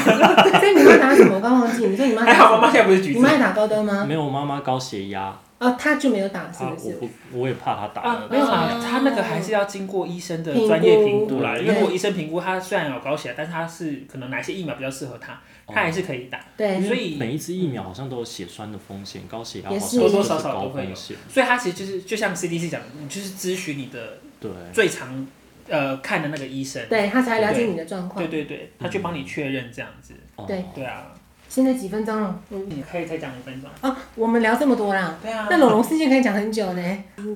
[SPEAKER 1] 所以你妈打什么？我刚忘记。你说你妈
[SPEAKER 2] 还
[SPEAKER 1] 打
[SPEAKER 2] 好
[SPEAKER 1] 什
[SPEAKER 2] 妈妈
[SPEAKER 1] 么？
[SPEAKER 2] 现在不是橘
[SPEAKER 1] 你
[SPEAKER 2] 子。
[SPEAKER 1] 妈也打高端吗？
[SPEAKER 3] 没有，我妈妈高血压，
[SPEAKER 1] 哦，她就没有打，是
[SPEAKER 3] 她
[SPEAKER 1] 不
[SPEAKER 3] 我
[SPEAKER 1] 是？
[SPEAKER 3] 不我也怕她打
[SPEAKER 2] 啊
[SPEAKER 3] 了，。
[SPEAKER 2] 没有啦
[SPEAKER 1] 哦，
[SPEAKER 2] 他那个还是要经过医生的专业评估啦。
[SPEAKER 3] 评
[SPEAKER 2] 因
[SPEAKER 3] 估
[SPEAKER 2] 为如果医生评估他虽然有高血压，但是他是可能哪些疫苗比较适合他，他还是可以打。
[SPEAKER 1] 对，
[SPEAKER 2] 所以，
[SPEAKER 3] 每一支疫苗好像都有血栓的风险，高血压好
[SPEAKER 1] 也
[SPEAKER 3] 像
[SPEAKER 1] 是
[SPEAKER 3] 就
[SPEAKER 2] 多多
[SPEAKER 3] 是
[SPEAKER 2] 少少
[SPEAKER 3] 高
[SPEAKER 2] 都会有
[SPEAKER 3] 风险。
[SPEAKER 2] 所以他其实就是就像 CDC 讲的，你就是咨询你的
[SPEAKER 3] 对，
[SPEAKER 2] 最常呃看的那个医生，
[SPEAKER 1] 对她才了解你的状况
[SPEAKER 2] 对。对对，他去帮你确认这样子。
[SPEAKER 3] 哦
[SPEAKER 1] 对
[SPEAKER 2] 对啊，
[SPEAKER 1] 现在几分钟了？嗯，
[SPEAKER 2] 你可以再讲五分钟。
[SPEAKER 1] 哦，我们聊这么多啦，
[SPEAKER 2] 对啊，
[SPEAKER 1] 那龙龙事件可以讲很久呢。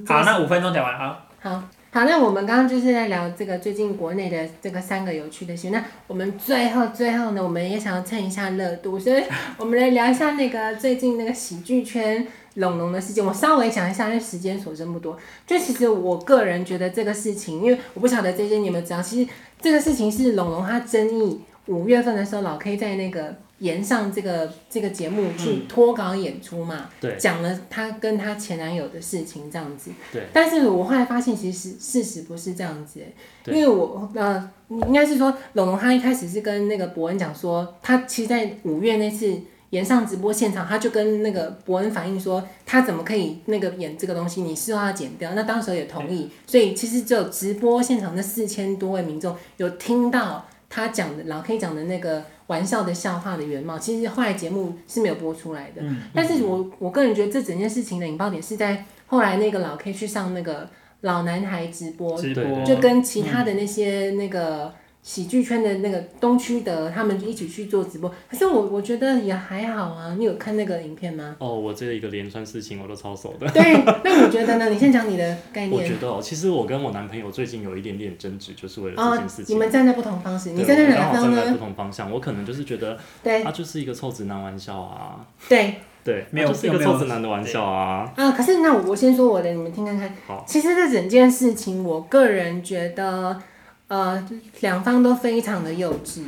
[SPEAKER 2] 好，那五分钟讲完啊。
[SPEAKER 1] 好，好，那我们刚刚就是在聊这个最近国内的这个三个有趣的新闻。那我们最后最后呢，我们也想要蹭一下热度，所以我们来聊一下那个最近那个喜剧圈龙龙的事件。我稍微讲一下，因为时间所剩不多。就其实我个人觉得这个事情，因为我不晓得这些你们知道，其实这个事情是龙龙他争议。五月份的时候，老 K 在那个延上这个这个节目去脱稿演出嘛，
[SPEAKER 3] 对
[SPEAKER 1] 讲了她跟她前男友的事情这样子。
[SPEAKER 3] 对，
[SPEAKER 1] 但是我后来发现，其实事实不是这样子、欸，
[SPEAKER 3] 对
[SPEAKER 1] 因为我呃，应该是说龙龙他一开始是跟那个伯恩讲说，他其实，在五月那次演上直播现场，他就跟那个伯恩反映说，他怎么可以那个演这个东西，你是要他剪掉？那当时也同意，所以其实只有直播现场那四千多位民众有听到他讲的老 K 讲的那个玩笑的笑话的原貌，其实后来节目是没有播出来的。
[SPEAKER 2] 嗯
[SPEAKER 1] 但是我我个人觉得这整件事情的引爆点是在后来那个老 K 去上那个老男孩直播，
[SPEAKER 2] 直
[SPEAKER 3] 对
[SPEAKER 2] 播
[SPEAKER 1] 就跟其他的那些那个喜剧圈的那个东区的他们一起去做直播。可是我我觉得也还好啊，你有看那个影片吗？
[SPEAKER 3] 哦，我这一个连串事情我都超熟的。
[SPEAKER 1] 对，那你觉得呢？你先讲你的概
[SPEAKER 3] 我
[SPEAKER 1] 念
[SPEAKER 3] 觉得哦，其实我跟我男朋友最近有一点点争执，就是为了这
[SPEAKER 1] 啊
[SPEAKER 3] 件事，
[SPEAKER 1] 你
[SPEAKER 3] 情。
[SPEAKER 1] 们站在不同方式，
[SPEAKER 3] 对
[SPEAKER 1] 你站在
[SPEAKER 3] 我
[SPEAKER 1] 哪
[SPEAKER 3] 刚好
[SPEAKER 1] 方
[SPEAKER 3] 站在
[SPEAKER 1] 呢
[SPEAKER 3] 不？同方向，我可能就是觉得
[SPEAKER 1] 对
[SPEAKER 3] 他就是一个臭直男玩笑啊，
[SPEAKER 1] 对
[SPEAKER 3] 对，
[SPEAKER 2] 没有
[SPEAKER 3] 他就是一个臭直男的玩笑啊。
[SPEAKER 1] 啊，可是那我我先说我的，你们听看看。
[SPEAKER 3] 好，
[SPEAKER 1] 其实这整件事情，我个人觉得，呃，两方都非常的幼稚。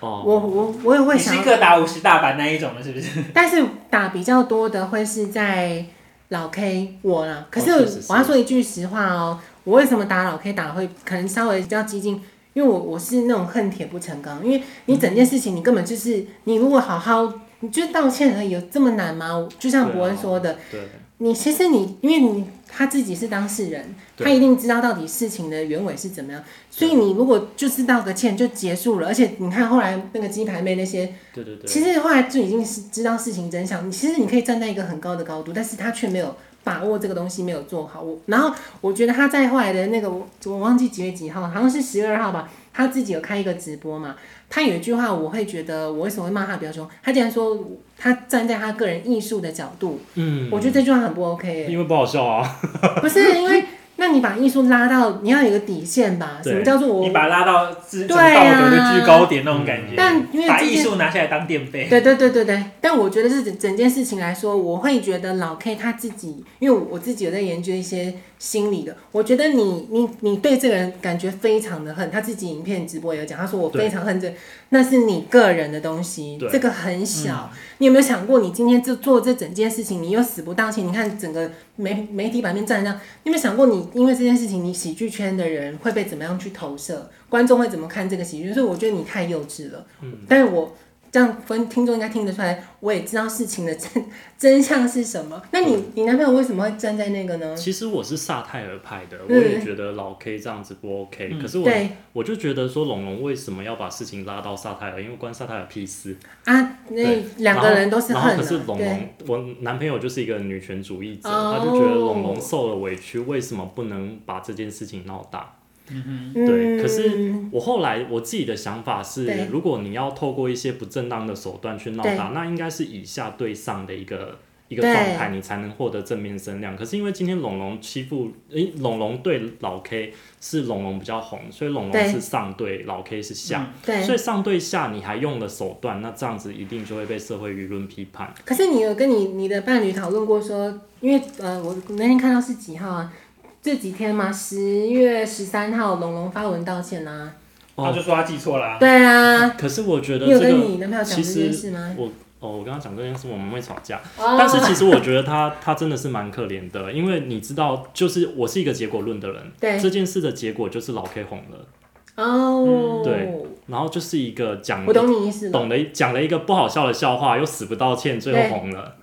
[SPEAKER 3] 哦，
[SPEAKER 1] 我我我也会
[SPEAKER 2] 你
[SPEAKER 1] 想
[SPEAKER 2] 是
[SPEAKER 1] 要，
[SPEAKER 2] 各打五十大板那一种的，是不是？
[SPEAKER 1] 但是打比较多的会是在老 K 我啦。可
[SPEAKER 3] 哦是是是
[SPEAKER 1] 我要说一句实话哦，我为什么打老 K 打会可能稍微比较激进？因为我我是那种恨铁不成钢，因为你整
[SPEAKER 3] 嗯
[SPEAKER 1] 件事情你根本就是你如果好好，你就道歉而已，有这么难吗？我就像
[SPEAKER 3] 对啊
[SPEAKER 1] 伯恩说的，
[SPEAKER 3] 对
[SPEAKER 1] 你其实你，因为你他自己是当事人，
[SPEAKER 3] 对
[SPEAKER 1] 他一定知道到底事情的原委是怎么样，所以你如果就是道个歉就结束了。而且你看后来那个鸡排妹那些，
[SPEAKER 3] 对对对，
[SPEAKER 1] 其实后来就已经是知道事情真相。你其实你可以站在一个很高的高度，但是他却没有把握这个东西，没有做好。我然后我觉得他在后来的那个，我我忘记几月几号，好像是十月二号吧，他自己有开一个直播嘛。他有一句话，我会觉得我为什么会骂他比较凶？他竟然说他站在他个人艺术的角度，
[SPEAKER 3] 嗯，
[SPEAKER 1] 我觉得这句话很不 OK 欸、
[SPEAKER 3] 因为不好笑啊，
[SPEAKER 1] 不是因为，那你把艺术拉到，你要有一个底线吧？
[SPEAKER 3] 对
[SPEAKER 1] 什么叫做我
[SPEAKER 2] 你？把它拉到至
[SPEAKER 1] 对
[SPEAKER 2] 从
[SPEAKER 1] 啊
[SPEAKER 2] 道德的制高点那种感觉，
[SPEAKER 1] 但因为
[SPEAKER 2] 把
[SPEAKER 1] 这
[SPEAKER 2] 艺
[SPEAKER 1] 件，
[SPEAKER 2] 术拿下来当垫背。
[SPEAKER 1] 对对对对对。但我觉得是整整件事情来说，我会觉得老 K 他自己，因为我自己有在研究一些心理的，我觉得你你你对这个人感觉非常的恨，他自己影片直播也有讲，他说我
[SPEAKER 3] 对
[SPEAKER 1] 非常恨这，那是你个人的东西
[SPEAKER 3] 对，嗯
[SPEAKER 1] 这个很小。你有没有想过，你今天就做这整件事情，你又死不道歉？你看整个媒媒体版面站上，你有没有想过，你因为这件事情，你喜剧圈的人会被怎么样去投射？观众会怎么看这个喜剧？所以我觉得你太幼稚了。嗯，但是我这样分听众应该听得出来，我也知道事情的真真相是什么。那你你男朋友为什么会站在那个呢？
[SPEAKER 3] 其实我是萨泰尔派的，
[SPEAKER 1] 嗯
[SPEAKER 3] 我也觉得老 K 这样子不 OK，、可
[SPEAKER 2] 嗯
[SPEAKER 3] 是我
[SPEAKER 1] 对
[SPEAKER 3] 我就觉得说龙龙为什么要把事情拉到萨泰尔，因为关萨泰尔屁事。
[SPEAKER 1] 啊，那
[SPEAKER 3] 对
[SPEAKER 1] 两个人都是
[SPEAKER 3] 然后
[SPEAKER 1] 恨
[SPEAKER 3] 然后可
[SPEAKER 1] 的、
[SPEAKER 3] 是龙
[SPEAKER 1] 对。
[SPEAKER 3] 龙，我男朋友就是一个女权主义者，
[SPEAKER 1] 哦
[SPEAKER 3] 他就觉得龙龙受了委屈，为什么不能把这件事情闹大？对
[SPEAKER 1] 嗯，
[SPEAKER 3] 可是我后来我自己的想法是
[SPEAKER 1] 对，
[SPEAKER 3] 如果你要透过一些不正当的手段去闹
[SPEAKER 1] 对
[SPEAKER 3] 大，那应该是以下对上的一个一个
[SPEAKER 1] 对
[SPEAKER 3] 状态，你才能获得正面声量。可是因为今天龙龙欺负，诶，龙龙对老 K 是龙龙比较红，所以龙龙
[SPEAKER 1] 对
[SPEAKER 3] 是上对，老 K 是下。所
[SPEAKER 1] 对，
[SPEAKER 3] 以上对下你还用了手段，那这样子一定就会被社会舆论批判。
[SPEAKER 1] 可是你有跟你你的伴侣讨论过说，因为呃，我那天看到是几号啊？这几天嘛，十月十三号，龙龙发文道歉啦、
[SPEAKER 3] 哦
[SPEAKER 2] 他就说他记错啦，
[SPEAKER 1] 对啊，
[SPEAKER 3] 可是我觉得
[SPEAKER 1] 你有
[SPEAKER 3] 这
[SPEAKER 1] 跟
[SPEAKER 3] 个
[SPEAKER 1] 你男朋友讲这
[SPEAKER 3] 其
[SPEAKER 1] 件
[SPEAKER 3] 实
[SPEAKER 1] 事吗？
[SPEAKER 3] 我哦，我刚刚讲这件事我们会吵架，
[SPEAKER 1] 哦
[SPEAKER 3] 但是其实我觉得他 他真的是蛮可怜的，因为你知道，就是我是一个结果论的人，
[SPEAKER 1] 对
[SPEAKER 3] 这件事的结果就是老 K 红了，
[SPEAKER 1] 哦，
[SPEAKER 3] 嗯对，然后就是一个讲
[SPEAKER 1] 我懂你意思了，
[SPEAKER 3] 懂了讲了一个不好笑的笑话，又死不道歉，最
[SPEAKER 1] 对
[SPEAKER 3] 后红了。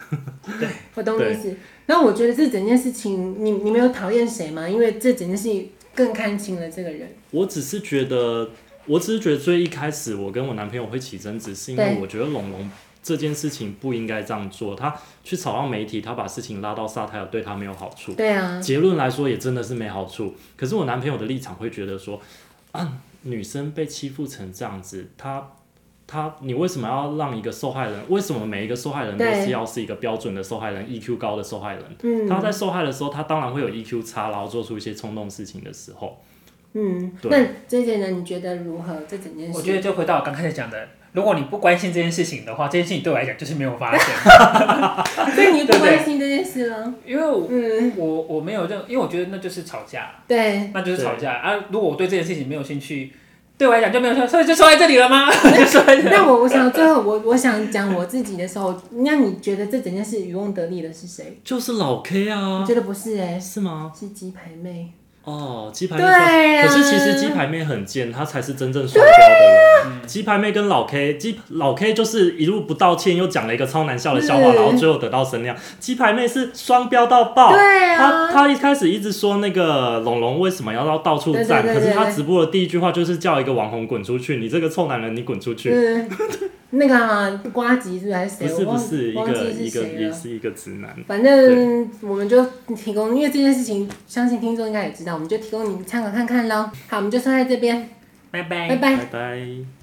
[SPEAKER 1] 我懂你意思。然后我觉得这整件事情，你你没有讨厌谁吗？因为这整件事情更看清了这个人。
[SPEAKER 3] 我只是觉得，我只是觉得最一开始我跟我男朋友会起争执，是因为
[SPEAKER 1] 对
[SPEAKER 3] 我觉得龙龙这件事情不应该这样做，他去吵到媒体，他把事情拉到萨泰尔，对他没有好处。
[SPEAKER 1] 对啊，
[SPEAKER 3] 结论来说也真的是没好处。可是我男朋友的立场会觉得说，啊，女生被欺负成这样子，她他你为什么要让一个受害人？为什么每一个受害人都
[SPEAKER 1] 对
[SPEAKER 3] 是要是一个标准的受害人，EQ 高的受害人？
[SPEAKER 1] 嗯
[SPEAKER 3] 他在受害的时候，他当然会有 EQ 差，然后做出一些冲动事情的时候，
[SPEAKER 1] 嗯，
[SPEAKER 3] 对
[SPEAKER 1] 那这件呢？你觉得如何？这整件
[SPEAKER 2] 我
[SPEAKER 1] 事，
[SPEAKER 2] 觉得就回到我刚开始讲的，如果你不关心这件事情的话，这件事情对我来讲就是没有发生，
[SPEAKER 1] 所以你不
[SPEAKER 2] 对不对
[SPEAKER 1] 关心这件事了？
[SPEAKER 2] 因为我
[SPEAKER 1] 嗯，
[SPEAKER 2] 我我没有任，因为我觉得那就是吵架，
[SPEAKER 1] 对，
[SPEAKER 2] 那就是吵架啊。如果我对这件事情没有兴趣，对我来讲就没有说，所以就说在这里了吗？ 就说在这里了
[SPEAKER 1] 那我我 想最后我我想讲我自己的时候，那你觉得这整件事渔翁得利的是谁？
[SPEAKER 3] 就是老 K
[SPEAKER 1] 我
[SPEAKER 3] 啊，
[SPEAKER 1] 觉得不是哎、
[SPEAKER 3] 是吗？
[SPEAKER 1] 是鸡排妹。
[SPEAKER 3] 哦，鸡排妹说
[SPEAKER 1] 对啊，
[SPEAKER 3] 可是其实鸡排妹很贱，她才是真正双标的人。鸡、排妹跟老 K，鸡老 K 就是一路不道歉，又讲了一个超难笑的笑话，
[SPEAKER 1] 是
[SPEAKER 3] 然后最后得到声量。鸡排妹是双标到爆。
[SPEAKER 1] 对
[SPEAKER 3] 她
[SPEAKER 1] 啊，
[SPEAKER 3] 她一开始一直说那个龙龙为什么要到到处站，
[SPEAKER 1] 对对对对
[SPEAKER 3] 可是她
[SPEAKER 1] 对
[SPEAKER 3] 直播的第一句话就是叫一个网红滚出去，你这个臭男人，你滚出去。
[SPEAKER 1] 嗯， 那个啊，瓜吉是不是还是谁？
[SPEAKER 3] 不是
[SPEAKER 1] 我
[SPEAKER 3] 不
[SPEAKER 1] 忘
[SPEAKER 3] 是，一
[SPEAKER 1] 忘
[SPEAKER 3] 个
[SPEAKER 1] 记
[SPEAKER 3] 一
[SPEAKER 1] 是
[SPEAKER 3] 个
[SPEAKER 1] 谁
[SPEAKER 3] 也
[SPEAKER 1] 了。
[SPEAKER 3] 是一个直男。
[SPEAKER 1] 反正我们就提供，因为这件事情，相信听众应该也知道，我们就提供你们参考看看喽。好，我们就说在这边，
[SPEAKER 2] 拜
[SPEAKER 3] 哎
[SPEAKER 2] 拜
[SPEAKER 1] 拜。拜
[SPEAKER 3] 拜。拜。